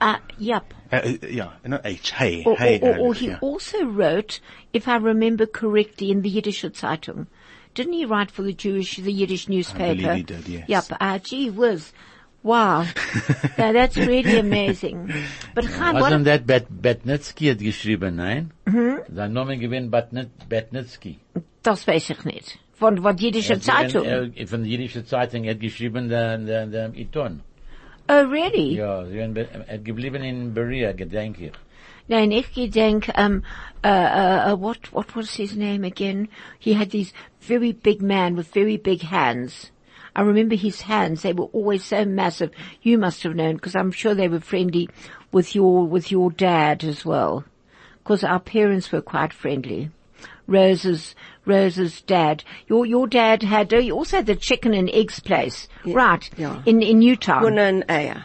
S1: Uh, yep.
S9: Uh, uh, yeah, not H, hey,
S1: Or,
S9: hey
S1: or, or, or
S9: Ehrlich,
S1: he
S9: yeah.
S1: also wrote, if I remember correctly, in the Yiddish Zeitung. Didn't he write for the Jewish, the Yiddish newspaper?
S9: he did, yes.
S1: Yep. Uh, gee whiz. Wow. now that's really amazing. But Chaim, what,
S2: Wasn't that Bet Betnitsky hat geschrieben, nein?
S1: Mm-hmm.
S2: Sein Name gewinnt Betnitsky.
S1: das weiß ich nicht. Von, von jüdischer Zeitung.
S2: Von der jüdischen Zeitung hat geschrieben der, der, der Iton.
S1: oh, really?
S2: Ja, sie haben be- hat geblieben in Berea, gedenke ich.
S1: Nein, ich gedenk, um, uh, uh, uh, what, what was his name again? He had these very big man with very big hands. I remember his hands, they were always so massive. You must have known, because I'm sure they were friendly with your, with your dad as well. Because our parents were quite friendly. Rose's, Rose's dad. Your, your dad had, oh, he also had the chicken and eggs place. right.
S6: yeah.
S1: In, in Utah.
S6: Kunnen eier.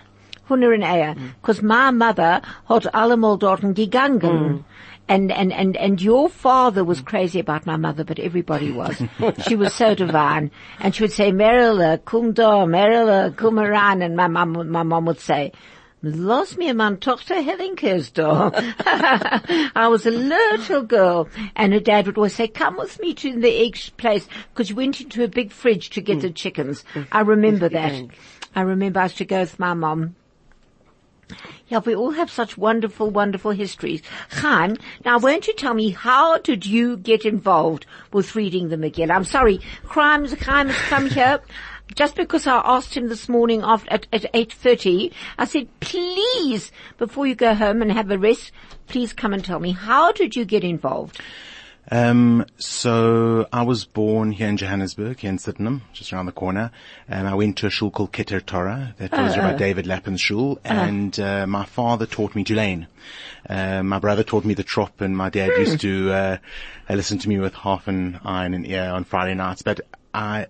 S1: Hunner and Eier. Cause my mother had allemal dorten gegangen. And, and, and, and your father was crazy about my mother, but everybody was. she was so divine. And she would say, Marilla, komm da, Marilla, komm heran. And my mum, my mum would say, Lass mir meine Tochter Helinkes da. I was a little girl and her dad would always say, come with me to the egg place because you went into a big fridge to get the chickens. I remember that. I remember I used to go with my mum. Yeah, we all have such wonderful, wonderful histories. Chaim, now won't you tell me how did you get involved with reading the Megillah? I'm sorry, crimes, Chaim has come here. Just because I asked him this morning after, at, at 8.30, I said, please, before you go home and have a rest, please come and tell me, how did you get involved?
S9: Um, so I was born here in Johannesburg, here in Sydenham, just around the corner. Um, I went to a shul called Keter Torah. That was
S1: Uh-uh.
S9: Rabbi David Lappin's shul.
S1: Uh-huh.
S9: And, uh, my father taught me Tulane. Um, my brother taught me the trop and my dad used
S1: Hmm.
S9: to, uh, listen to me with half an eye and an ear on Friday nights. But I,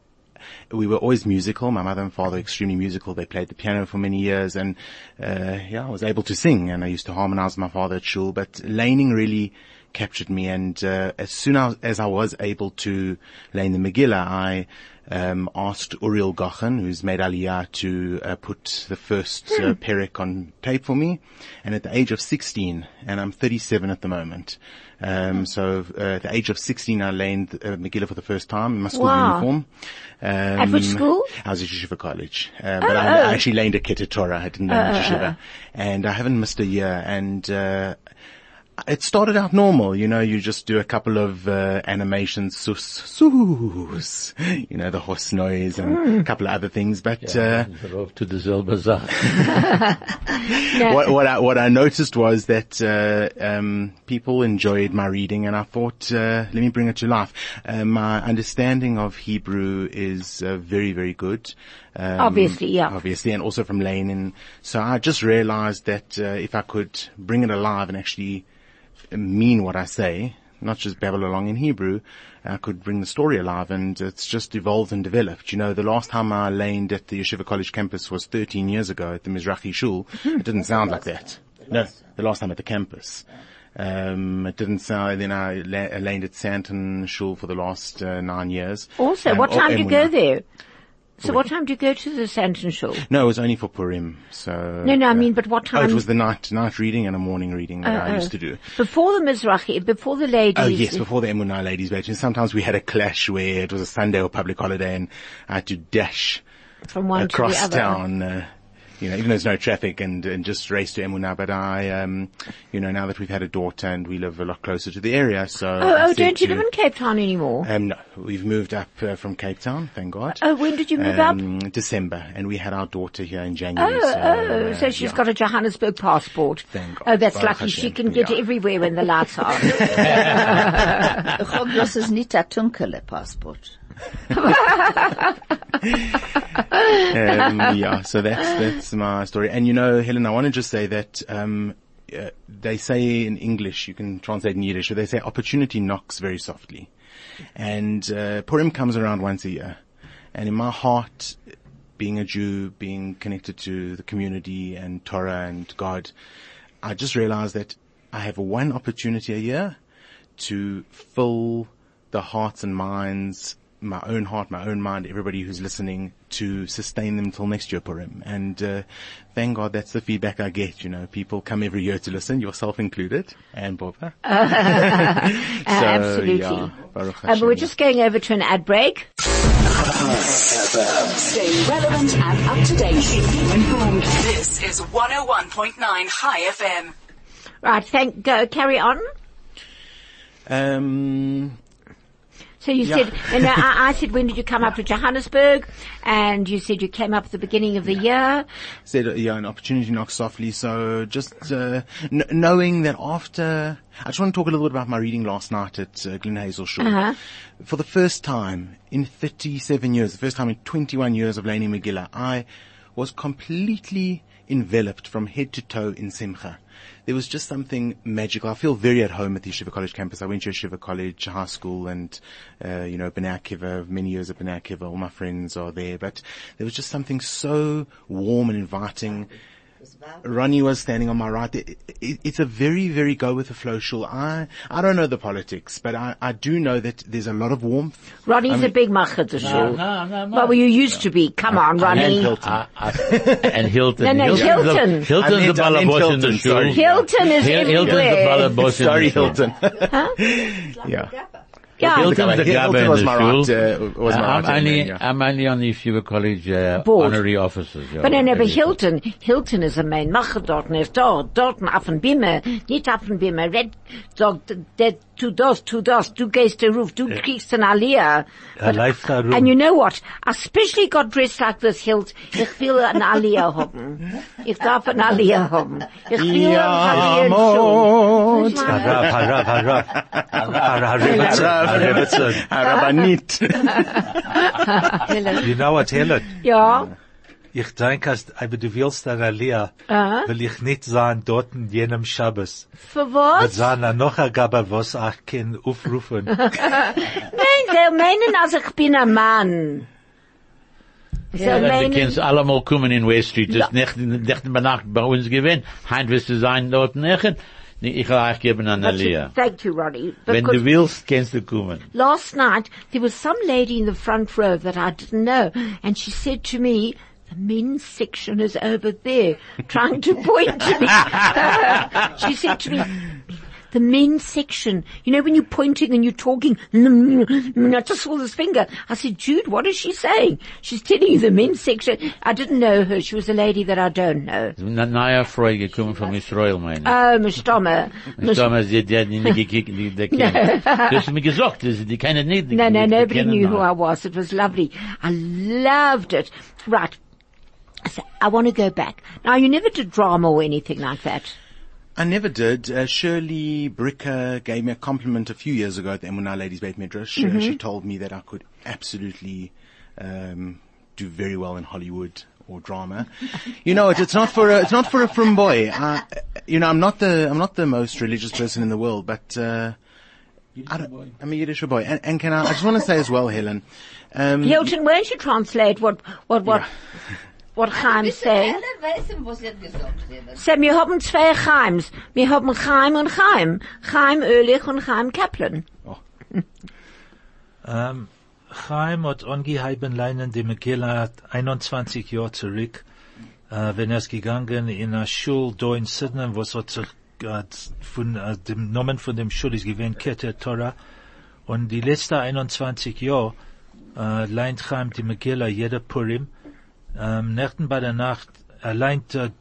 S9: we were always musical. My mother and father were extremely musical. They played the piano for many years and, uh, yeah, I was able to sing and I used to harmonize with my father at shul, but laning really captured me. And, uh, as soon as, as I was able to lane the Megillah, I, um, asked Uriel Gochen, who's made Aliyah, to uh, put the first uh, Perek on tape for me. And at the age of 16, and I'm 37 at the moment, um, so uh, at the age of 16, I laned uh, Megillah for the first time in my school
S1: Wow.
S9: uniform. Um,
S1: At which school? Oh,
S9: I was at Yeshiva College, uh, but I, I actually learned at Keter Torah. I didn't
S1: Uh,
S9: learn at Yeshiva, and I haven't missed a year. And uh, it started out normal, you know. You just do a couple of uh, animations, sus, sus, you know, the horse noise and
S1: Hmm.
S9: a couple of other things. But uh,
S2: Darauf zu derselbe Sache.
S9: what, what I, what I noticed was that uh, um, people enjoyed my reading, and I thought, uh, let me bring it to life. Uh, my understanding of Hebrew is uh, very, very good. Um,
S1: Obviously, yeah.
S9: Obviously, and also from Lane, and so I just realised that uh, if I could bring it alive and actually mean what I say. Not just babble along in Hebrew, I could bring the story alive and it's just evolved and developed. You know, the last time I laned at the Yeshiva College campus was 13 years ago at the Mizrahi Shul. It didn't sound like that. No, the last time at the campus. Um, it didn't sound, then I la- laned at Santon Shul for the last uh, nine years.
S1: Also,
S9: Um,
S1: what
S9: oh,
S1: time do you
S9: Emunah.
S1: go there? So what time do you go to the Santon Shul?
S9: No, it was only for Purim, so.
S1: No, no, I
S9: uh,
S1: mean, but what
S9: Oh, it
S1: time- Oh,
S9: was the night, night reading and a morning reading that I used to do.
S1: Before the Mizrahi, before the ladies.
S9: Oh yes, before the Emunah Ladies Beach. And sometimes we had a clash where it was a Sunday or public holiday and I had to dash
S1: From one to the
S9: across
S1: other.
S9: town, uh, you know, even though there's no traffic and, and just race to Emunah. But I, um, you know, now that we've had a daughter and we live a lot closer to the area, so.
S1: Oh,
S9: I
S1: oh
S9: said
S1: don't you
S9: to-
S1: live in Cape Town anymore?
S9: um, no, we've moved up uh, from Cape Town, thank God.
S1: Oh, when did you move up?
S9: um, December, and we had our daughter here in January.
S1: Oh,
S9: so,
S1: oh,
S9: uh,
S1: so she's
S9: yeah.
S1: got a Johannesburg passport.
S9: Thank God.
S1: Oh, that's
S9: Baruch
S1: lucky. She
S9: Hashem.
S1: can get
S9: Yeah.
S1: everywhere when the lights are. Um,
S8: Choglos is nicht a dunkle passport.
S9: um, yeah, so that's that's my story. And you know, Helen, I want to just say that um, uh, they say in English, you can translate in Yiddish, but they say opportunity knocks very softly. And uh, Purim comes around once a year, and in my heart, being a Jew, being connected to the community and Torah and God, I just realized that I have one opportunity a year to fill the hearts and minds, my own heart, my own mind, everybody who's listening, to sustain them till next year Purim. And uh, thank God that's the feedback I get. You know, people come every year to listen, yourself included, and Bova.
S1: absolutely.
S9: Yeah,
S1: Uh, but
S9: Baruch Hashem,
S1: we're
S9: yeah.
S1: just going over to an ad break.
S7: Stay relevant and up to date. Keep you informed. This is 101.9 High FM.
S1: Right, thank, go, carry on.
S9: Um,
S1: So you said, you know, I, I said, when did you come up to Johannesburg? And you said you came up at the beginning of the year.
S9: said, uh, yeah, an opportunity knocks softly. So just uh, kn- knowing that after, I just want to talk a little bit about my reading last night at uh, Glen Hazel Shore. For the first time in 37 years, the first time in 21 years of Lady McGilla, I was completely enveloped from head to toe in Simcha. There was just something magical. I feel very at home at the Yeshiva College campus. I went to Yeshiva College High School and, uh, you know, B'nai Akiva, many years at B'nai Akiva. All my friends are there, but there was just something so warm and inviting. Ronnie was standing on my right. It- it- it's a very, very go with the flow shul. I, I don't know the politics, but I, I do know that there's a lot of warmth.
S1: Ronnie's
S9: I mean- Uh-huh.
S1: a big machazer shul.
S2: No, no, no.
S1: Well, you used to be. Come on, Ronnie.
S9: Hilton.
S2: I- I- and Hilton.
S1: No, no,
S2: Hilton's
S1: Hilton.
S2: the- Hilton's
S9: I meant-
S2: the
S9: I meant
S2: balaboss in the
S9: Ah, Hilton,
S2: show.
S9: sorry.
S1: Hilton is
S2: Hil- Hilton's the
S1: everywhere.
S2: balaboss in
S9: Sorry,
S2: the show.
S9: Hilton. yeah.
S1: yeah.
S2: Hilton's the
S9: Hilton
S2: gabber in Ah,
S9: was
S2: the
S9: my
S2: shul.
S9: right, uh, was my
S2: I'm
S9: right hand
S2: only,
S9: man, yeah.
S2: I'm only on the Yeshiva College, uh,
S1: Board.
S2: honorary officers. yeah,
S1: But no, no, but
S2: everything.
S1: Hilton, Hilton is a main macher dort, and ist dort, dort, auf dem Bimmer, nicht auf dem Bimmer, red, dort, that, du das, du das, du gehst der Ruf, du kriegst den Aliyah. But-
S5: läuft da rum.
S1: And you know what? I especially got dressed like this, Hilt. Ich will an Aliyah haben. Ich darf an Aliyah haben. Ich will an Aliyah in Schul. Ich meine,
S5: Harav, harav, harav. Harav, harav,
S9: Harav.
S5: harav.
S9: Harabanit.
S5: You know what, Helen?
S1: Ja,
S5: Ich denke, als, aber du willst an Aliyah, will ich nicht sein dort in jenem Shabbos.
S1: für
S5: Mit
S1: was?
S5: seiner noch Gabe, was ich kann aufrufen.
S1: Nein, they'll meinen, als ich bin ein Mann. They'll
S2: Ja, die
S1: meinen,
S2: Kids allemaal komen in West Street. Dus nicht, nicht bei Nacht bei uns gewinnt. Heint wirst du sein dort nicht. Nee, Ich will euch geben an
S1: But you-
S2: Aliyah.
S1: Thank you, Ronnie.
S2: Wenn
S1: because-
S2: du willst, kannst du kommen.
S1: last night there was some lady in the front row that I didn't know, and she said to me, "The men's section is over there," trying to point to me. she said to me. The men's section. You know when you're pointing and you're talking, I just saw this finger. I said, Jude, what is she saying? She's telling you the men's section. I didn't know her. She was a lady that I don't know.
S2: Na, naja, Freude gekommen von Israel, meine.
S1: Oh, Mr.
S2: Ich sag mal, sie die hat nicht gekickt, die, die kennen. Du hast mir gesagt, das- die kennen nicht. die-
S1: No, no,
S2: die
S1: nobody
S2: kennen
S1: knew who
S2: nicht.
S1: I was. It was lovely. I loved it. Right. So I want to go back. Now, you never did drama or anything like that.
S9: I never did. Uh, Shirley Bricker gave me a compliment a few years ago at the Emunah Ladies Beit Midrash.
S1: Mm-hmm.
S9: Uh, she told me that I could absolutely um, do very well in Hollywood or drama. You know, it, it's not for a, it's not for a from boy. I, you know, I'm not the I'm not the most religious person in the world, but. Uh, I don't, I'm a Yiddish boy, and, and can I? I just want to say as well, Helen. Um,
S1: Hilton, won't you translate what, what, what, what Chaim's saying? So, wir haben zwei Chaims. Wir haben Chaim und Chaim. Chaim Ölich und Chaim Kaplan.
S9: oh,
S5: Ähm, Chaim hat angeheben leinen die Megillah 21 Jahre zurück, äh, wenn er ist gegangen in eine Schule da in Sydney, was hat sich äh, von äh, dem Namen von dem Schule ist gewesen Kete Torah. Und die letzten 21 Jahre äh, leint Chaim die Megillah jeder Purim. Ähm, Nächten bei der Nacht, er leint, äh,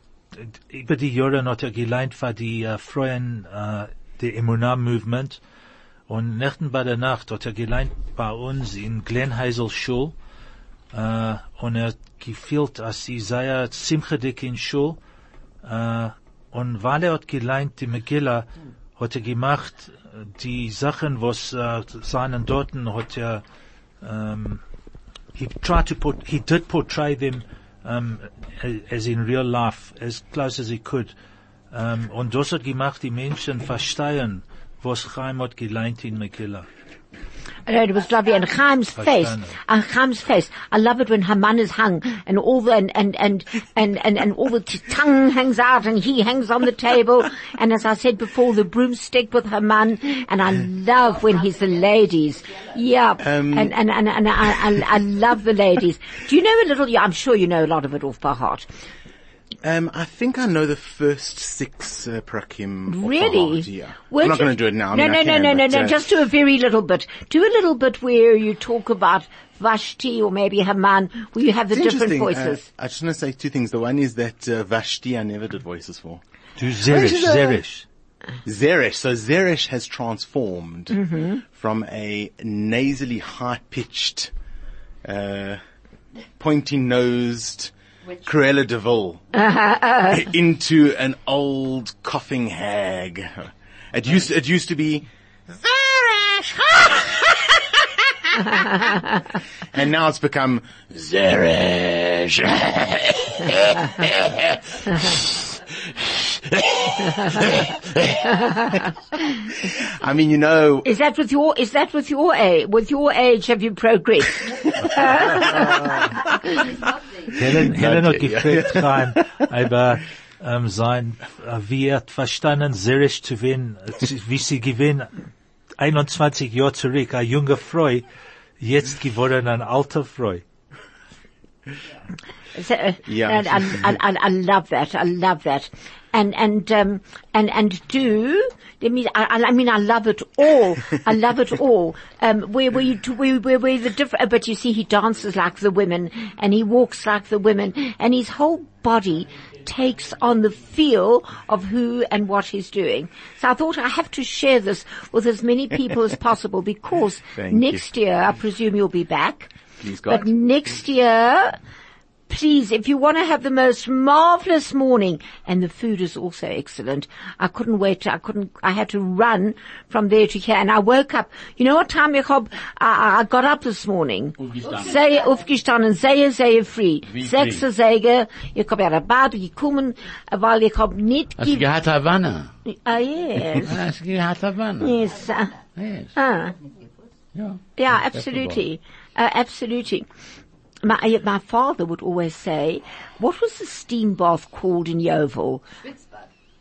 S5: über die Jahre hat er geleint für die äh, Freuen, äh, der Immunah Movement. Und Nächten bei der Nacht hat er geleint bei uns in Glen Heisel Schul. Äh, und er hat gefühlt, als sie sei er Simchedek in Schul. Äh, und weil er hat geleint die Megillah, hat er gemacht äh, die Sachen, was äh, seinen Dorten hat er ähm, he tried to put, he did portray them um, as, as in real life, as close as he could. Um, und das hat gemacht, die Menschen verstehen, was Chaim hat geleint in Megillah.
S1: No, it was lovely. And Chaim's face,
S5: Verstanden.
S1: and Chaim's face. I love it when her man is hung and all the, and, and, and, and, and, and all the t- tongue hangs out and he hangs on the table. And as I said before, the broomstick with her man. And I love when he's the ladies. Yeah. and, and, and, and I, I, I love the ladies. Do you know a little, yeah, I'm sure you know a lot of it off by heart.
S9: Um, I think I know the first six uh, prakim. of
S1: Really?
S9: Baha'u'llah, Yeah.
S1: Weren't
S9: I'm not
S1: you-
S9: going to do it now. I
S1: No,
S9: mean,
S1: no,
S9: I can,
S1: no, no, no,
S9: but,
S1: no.
S9: uh,
S1: Just do a very little bit. Do a little bit where you talk about Vashti or maybe Haman, where you have the
S9: it's
S1: different
S9: interesting, uh,
S1: voices.
S9: I just want to say two things. The one is that uh, Vashti I never did voices for.
S5: Do Zeresh,
S9: Where's the-
S5: Zeresh.
S9: Zeresh. So Zeresh has transformed
S1: Mm-hmm.
S9: from a nasally, high-pitched, uh, pointy-nosed Cruella de Vil into an old coughing hag. It used it used to be Zeresh, and now it's become Zeresh. I mean, you know,
S1: is that with your, is that with your age, with your age have you progressed?
S5: Helen, Helen hat
S9: Okay, ja.
S5: gefragt, Chaim, aber, ähm, sein, äh, wie er hat verstanden, Zeresh zu werden, äh, zu- wie sie gewinnt, 21 Jahre zurück, eine junge Frau, jetzt geworden eine alte Frau.
S1: So, uh,
S9: Yeah.
S1: And, and, and, and I love that. I love that. And, and, um, and, and do, I mean, I, I- I mean, I love it all. I love it all. Um, where, where you, t- where, where, where the different, but you see he dances like the women and he walks like the women and his whole body takes on the feel of who and what he's doing. So I thought I have to share this with as many people as possible because
S9: Thank you.
S1: next year I presume you'll be back.
S9: Please,
S1: But
S9: God.
S1: next year, please, if you want to have the most marvelous morning, and the food is also excellent. I couldn't wait. I couldn't, I had to run from there to here and I woke up. You know what time, Jacob? I, I- I got up this morning. Sehr aufgestanden, sehr, sehr früh.
S2: Wie
S1: Sechs
S2: früh?
S1: Säge, ich habe out of bed gekommen, weil ich habe nicht
S2: Hast du
S1: ge-
S2: gehabt Havana?
S1: Ah, yes.
S2: Hast du gehabt Havana?
S1: yes. uh,
S2: Yes.
S1: uh.
S2: Ja.
S1: Yeah, absolutely. Uh, absolutely. My, uh, my father would always say, what was the steam bath called in Yeovil?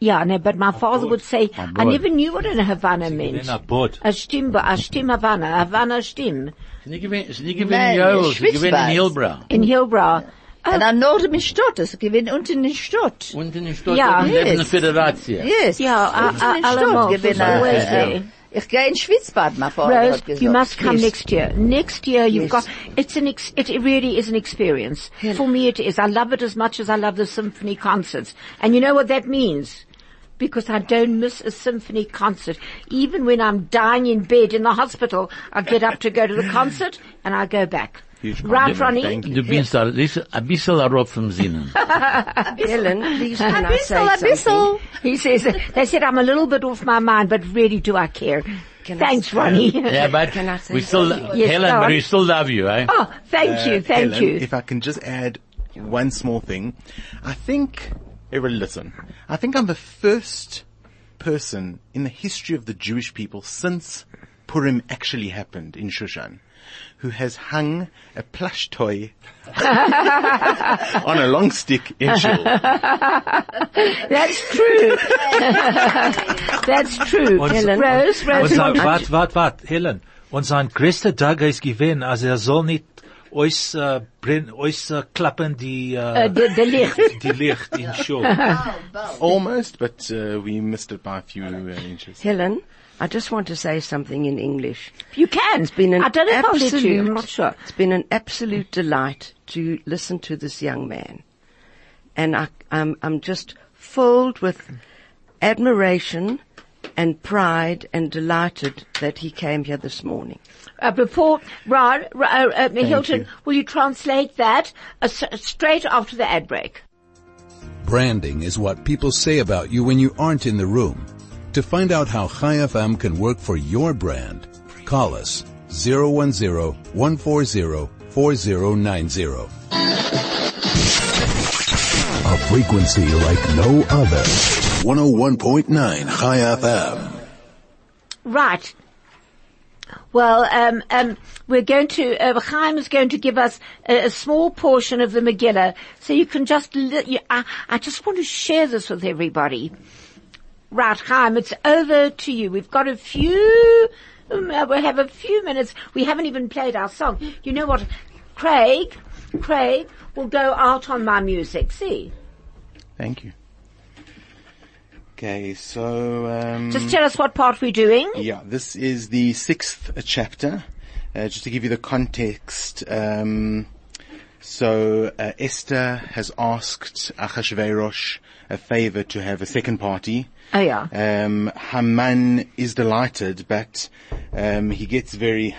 S1: Yeah, no, but my father would say, I
S2: board.
S1: never knew what an Havana meant.
S5: Wenn er bot.
S1: A steam, ba- a steam Havana, Havana steam
S2: Sie gewinnen, sie gewinnen
S8: Nein,
S2: Joel, sie gewinnen
S8: Schwitzbad.
S2: Hilbra.
S1: in Hillbrow. Oh,
S8: And I know them in Stott. Es gewinnt unten in Stott.
S2: Unten in
S1: Ja.
S2: Stuttgart, ja. neben
S8: Yes.
S2: der Föderation.
S8: Yes.
S1: Yeah, uh,
S8: Unten
S1: uh,
S8: in
S1: Alamo
S8: Stott
S1: was always
S8: gewinnt er. Äh,
S1: there.
S8: Ich gehe in Schwitzbad, my
S6: Oh,
S8: father
S1: Rose,
S8: hat gesagt.
S1: you must come
S8: Yes.
S1: next year. Next year you've
S8: Yes.
S1: got, it's an, ex, it really is an experience. For me it is. I love it as much as I love the symphony concerts. And you know what that means? Because I don't miss a symphony concert. Even when I'm dying in bed in the hospital, I get up to go to the concert and I go back.
S9: Huge
S1: right,
S9: compliment.
S1: Ronnie?
S9: Thank
S2: Du bist da, Lisa, ein bisschen erop vom Sinnen.
S6: Helen, please can I say
S8: Bissel,
S6: something?
S8: bissel.
S1: He says, they said I'm a little bit off my mind, but really do I care.
S6: Can I
S1: Thanks,
S6: say-
S1: Ronnie.
S2: yeah, but
S6: Can I say
S2: we still,
S6: something?
S1: Yes,
S2: Helen,
S1: go
S2: but
S1: on.
S2: we still love you, eh?
S1: Oh, thank
S9: Uh,
S1: you, thank
S9: Helen,
S1: you.
S9: If I can just add one small thing, I think everybody listen. I think I'm the first person in the history of the Jewish people since Purim actually happened in Shushan who has hung a plush toy on a long stick in shul.
S1: That's true. That's true.
S5: Und-
S1: Helen. Rose, Rose,
S5: Und sein,
S1: Rose.
S5: wart, wart, wart, Helen. Und sein größter Tag ist gewesen, also er soll nicht euch, äh, brenn, euch äh, klappen die,
S1: Uh,
S5: äh,
S1: the, the licht.
S5: die Licht in Schule.
S9: Almost, but uh, we missed it by a few uh, inches.
S6: Helen, I just want to say something in English.
S1: You can.
S6: It's been an
S1: I don't know if I'll let you.
S6: absolute-
S1: I'm not sure.
S6: It's been an absolute delight to listen to this young man, and I, I'm I'm just filled with admiration and pride and delighted that he came here this morning.
S1: Uh, before, Ron, uh, uh, Hilton,
S9: you.
S1: will you translate that uh, s- straight after the ad break?
S3: Branding is what people say about you when you aren't in the room. To find out how High FM can work for your brand, call us 010-140-4090. A frequency like no other. 101.9 High FM.
S1: Right. Well, um, um, we're going to, uh, Chaim is going to give us a, a small portion of the Megillah, so you can just, li- you, I, I just want to share this with everybody. Right, Chaim, it's over to you. We've got a few, um, uh, we have a few minutes. We haven't even played our song. You know what? Craig, Craig will go out on my music, see?
S9: Thank you. Okay, so um,
S1: Just tell us what part we're doing.
S9: yeah, this is the sixth uh, chapter. Uh, just to give you the context, um, so uh, Esther has asked Achashverosh a favor to have a second party.
S1: Oh, yeah.
S9: Um, Haman is delighted, but um, he gets very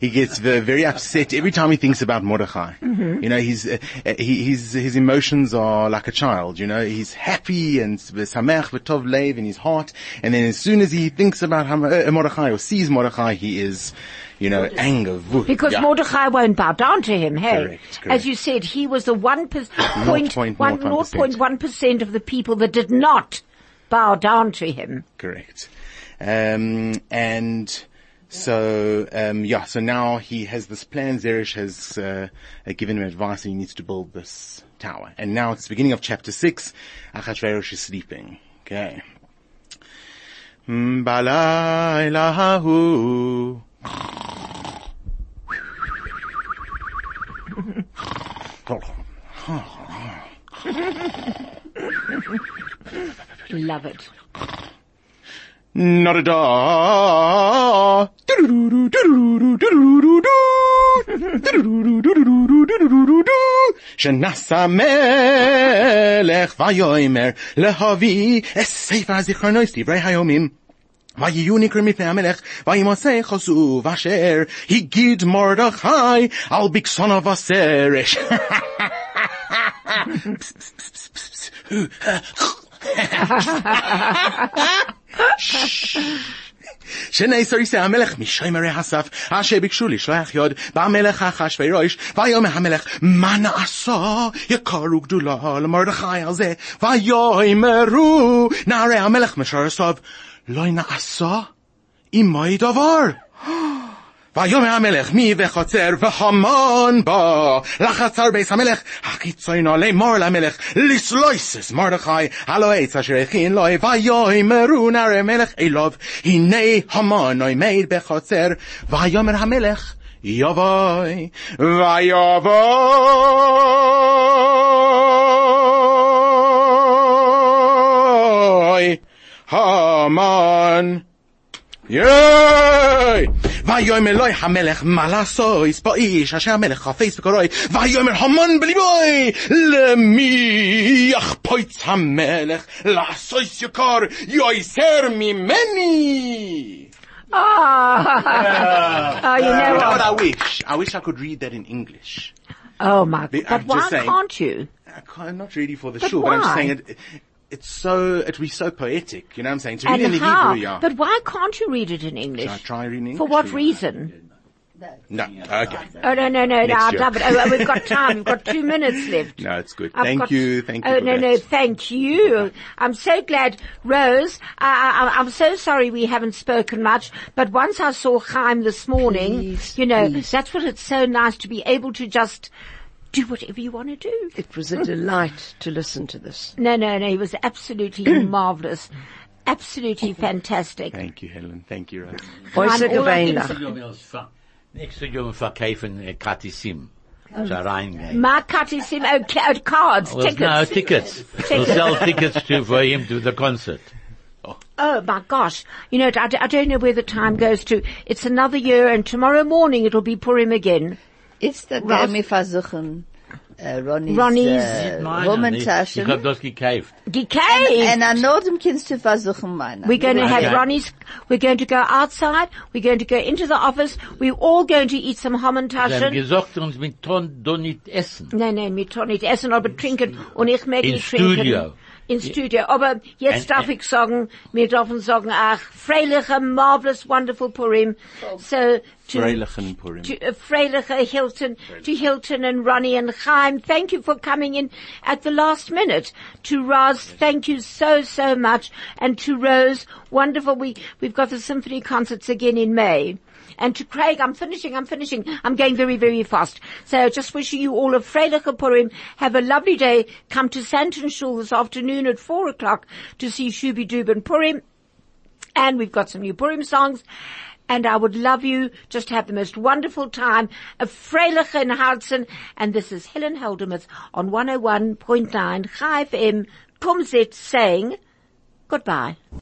S9: he gets ve- very upset every time he thinks about Mordechai.
S1: Mm-hmm.
S9: You know, he's uh, uh, he, his his emotions are like a child. You know, he's happy and s- samech v'tov lev in his heart, and then as soon as he thinks about Ham- uh, Mordechai or sees Mordechai, he is, you know, anger. wut,
S1: Because
S9: yeah.
S1: Mordecai won't bow down to him, hey?
S9: Correct, correct.
S1: As you said, he was the one per- point,
S9: point
S1: one,
S9: nought one percent.
S1: 0.1% of the people that did not bow down to him.
S9: Correct. Um, and so, um, yeah, so now he has this plan. Zeresh has, uh, uh, given him advice he needs to build this tower. And now it's the beginning of chapter six. Achashverosh is sleeping. Okay. Balayla hahu. Oh.
S1: Love it.
S9: Not a da. שנשא מלך ויאמר להביא את ספר זיכרונו את דברי היומים ויהיו נקרים לפני המלך וימסה חסוב אשר הגיד מרדכי על בקסונו וסרש שנאסריסי המלך משמרי הסף, אשר ביקשו לשלוח יוד במלך אחשורוש, ויאמר המלך, מה נעשה יקרו גדולה למרדכי הזה, ויאמרו נערי המלך משער הסוף, לא נעשה עמי דבר. ויאמר המלך מי וחוצר והמון בו לחצר בית המלך הקיצונו לאמור למלך לסלויסס מרדכי הלא עץ אשר הכין לו ויאמרו נערי המלך אליו הנה המון עומד בחוצר ויאמר המלך יבואי ויבואי המון ייי! ויאמר אלוהי המלך מה לעשויס באיש אשר המלך חפץ בקורוי ויאמר המון בליבוי למי יחפוץ המלך לעשויס יקר יויסר ממני
S1: Ah, oh, you know
S9: You know what
S1: what?
S9: uh, I wish? I wish I could read that in English.
S1: Oh my god.
S9: I'm
S1: But
S9: just
S1: why
S9: saying.
S1: can't you?
S9: I can't, I'm not ready for the
S1: But
S9: show, but I'm just
S1: why?
S9: saying it, it's so, it was so poetic, you know what I'm saying? To read
S1: And
S9: in the
S1: how?
S9: Hebrew, yeah.
S1: But why can't you read it in English?
S9: Should I try reading
S1: For
S9: English
S1: what
S9: or-
S1: reason?
S9: No, okay.
S1: Oh no no no! no
S9: Next
S1: I
S9: year.
S1: love it. Oh, we've got time. We've got two minutes left.
S9: No, it's good.
S1: I've
S9: Thank
S1: got-
S9: you, thank you
S1: Oh
S9: for
S1: no
S9: that.
S1: no! Thank you. I'm so glad, Rose. I, I, I'm so sorry we haven't spoken much, but once I saw Chaim this morning,
S6: Please,
S1: you know
S6: please.
S1: that's what it's so nice to be able to just do whatever you want to do.
S6: It was a delight to listen to this.
S1: No no no! He was absolutely marvelous, absolutely fantastic.
S9: Thank you, Helen. Thank you, Rose.
S6: Oyster
S1: all I can
S6: Geweinach.
S2: Nächste Jahr verkaufen äh, Katisim.
S1: Oh.
S2: So reingehen.
S1: My cut is him. Oh, ca- oh, cards,
S2: Well,
S1: tickets.
S2: no, tickets. We'll sell tickets to, for him to the concert.
S1: Oh my gosh. You know, I, d- I don't know where the time goes to. It's another year and tomorrow morning it'll be Purim again.
S8: It's the
S1: Ralph-
S8: game we versuchen, äh, Ronny's,
S1: Ronny's-
S8: äh,
S2: Nein,
S8: Romantaschen.
S2: Ich hab das gekauft.
S1: Decay!
S8: And I know them kids to versuchen meiner.
S1: we're going to have
S2: Okay.
S1: Ronnie's, we're going to go outside, we're going to go into the office, we're all going to eat some
S2: Sie haben
S1: Hamantaschen.
S2: gesagt, uns mit Ton, doch nicht essen.
S1: Nein, nein, wir tun nicht essen, aber trinken. Und ich mag
S2: In
S1: nicht trinken.
S2: Studio.
S1: In Studio. Aber jetzt
S2: And-
S1: darf ich sagen, wir dürfen sagen, ach, freilich a marvelous, wonderful Purim. So, to,
S9: Freilichen Purim.
S1: to uh, Freiliche Hilton, to Hilton and Ronnie and Chaim. Thank you for coming in at the last minute. To Roz, thank you so, so much. And to Rose, wonderful. We, we've got the symphony concerts again in May. And to Craig, I'm finishing, I'm finishing. I'm going very, very fast. So just wishing you all a Freiliche Purim. Have a lovely day. Come to Santon Shul this afternoon at four o'clock to see Shubi Dub and Purim. And we've got some new Purim songs. And I would love you just to have the most wonderful time of Freilich in Harzen. And this is Helen Heldemuth on 101.9 Chai FM, Kumsit saying goodbye.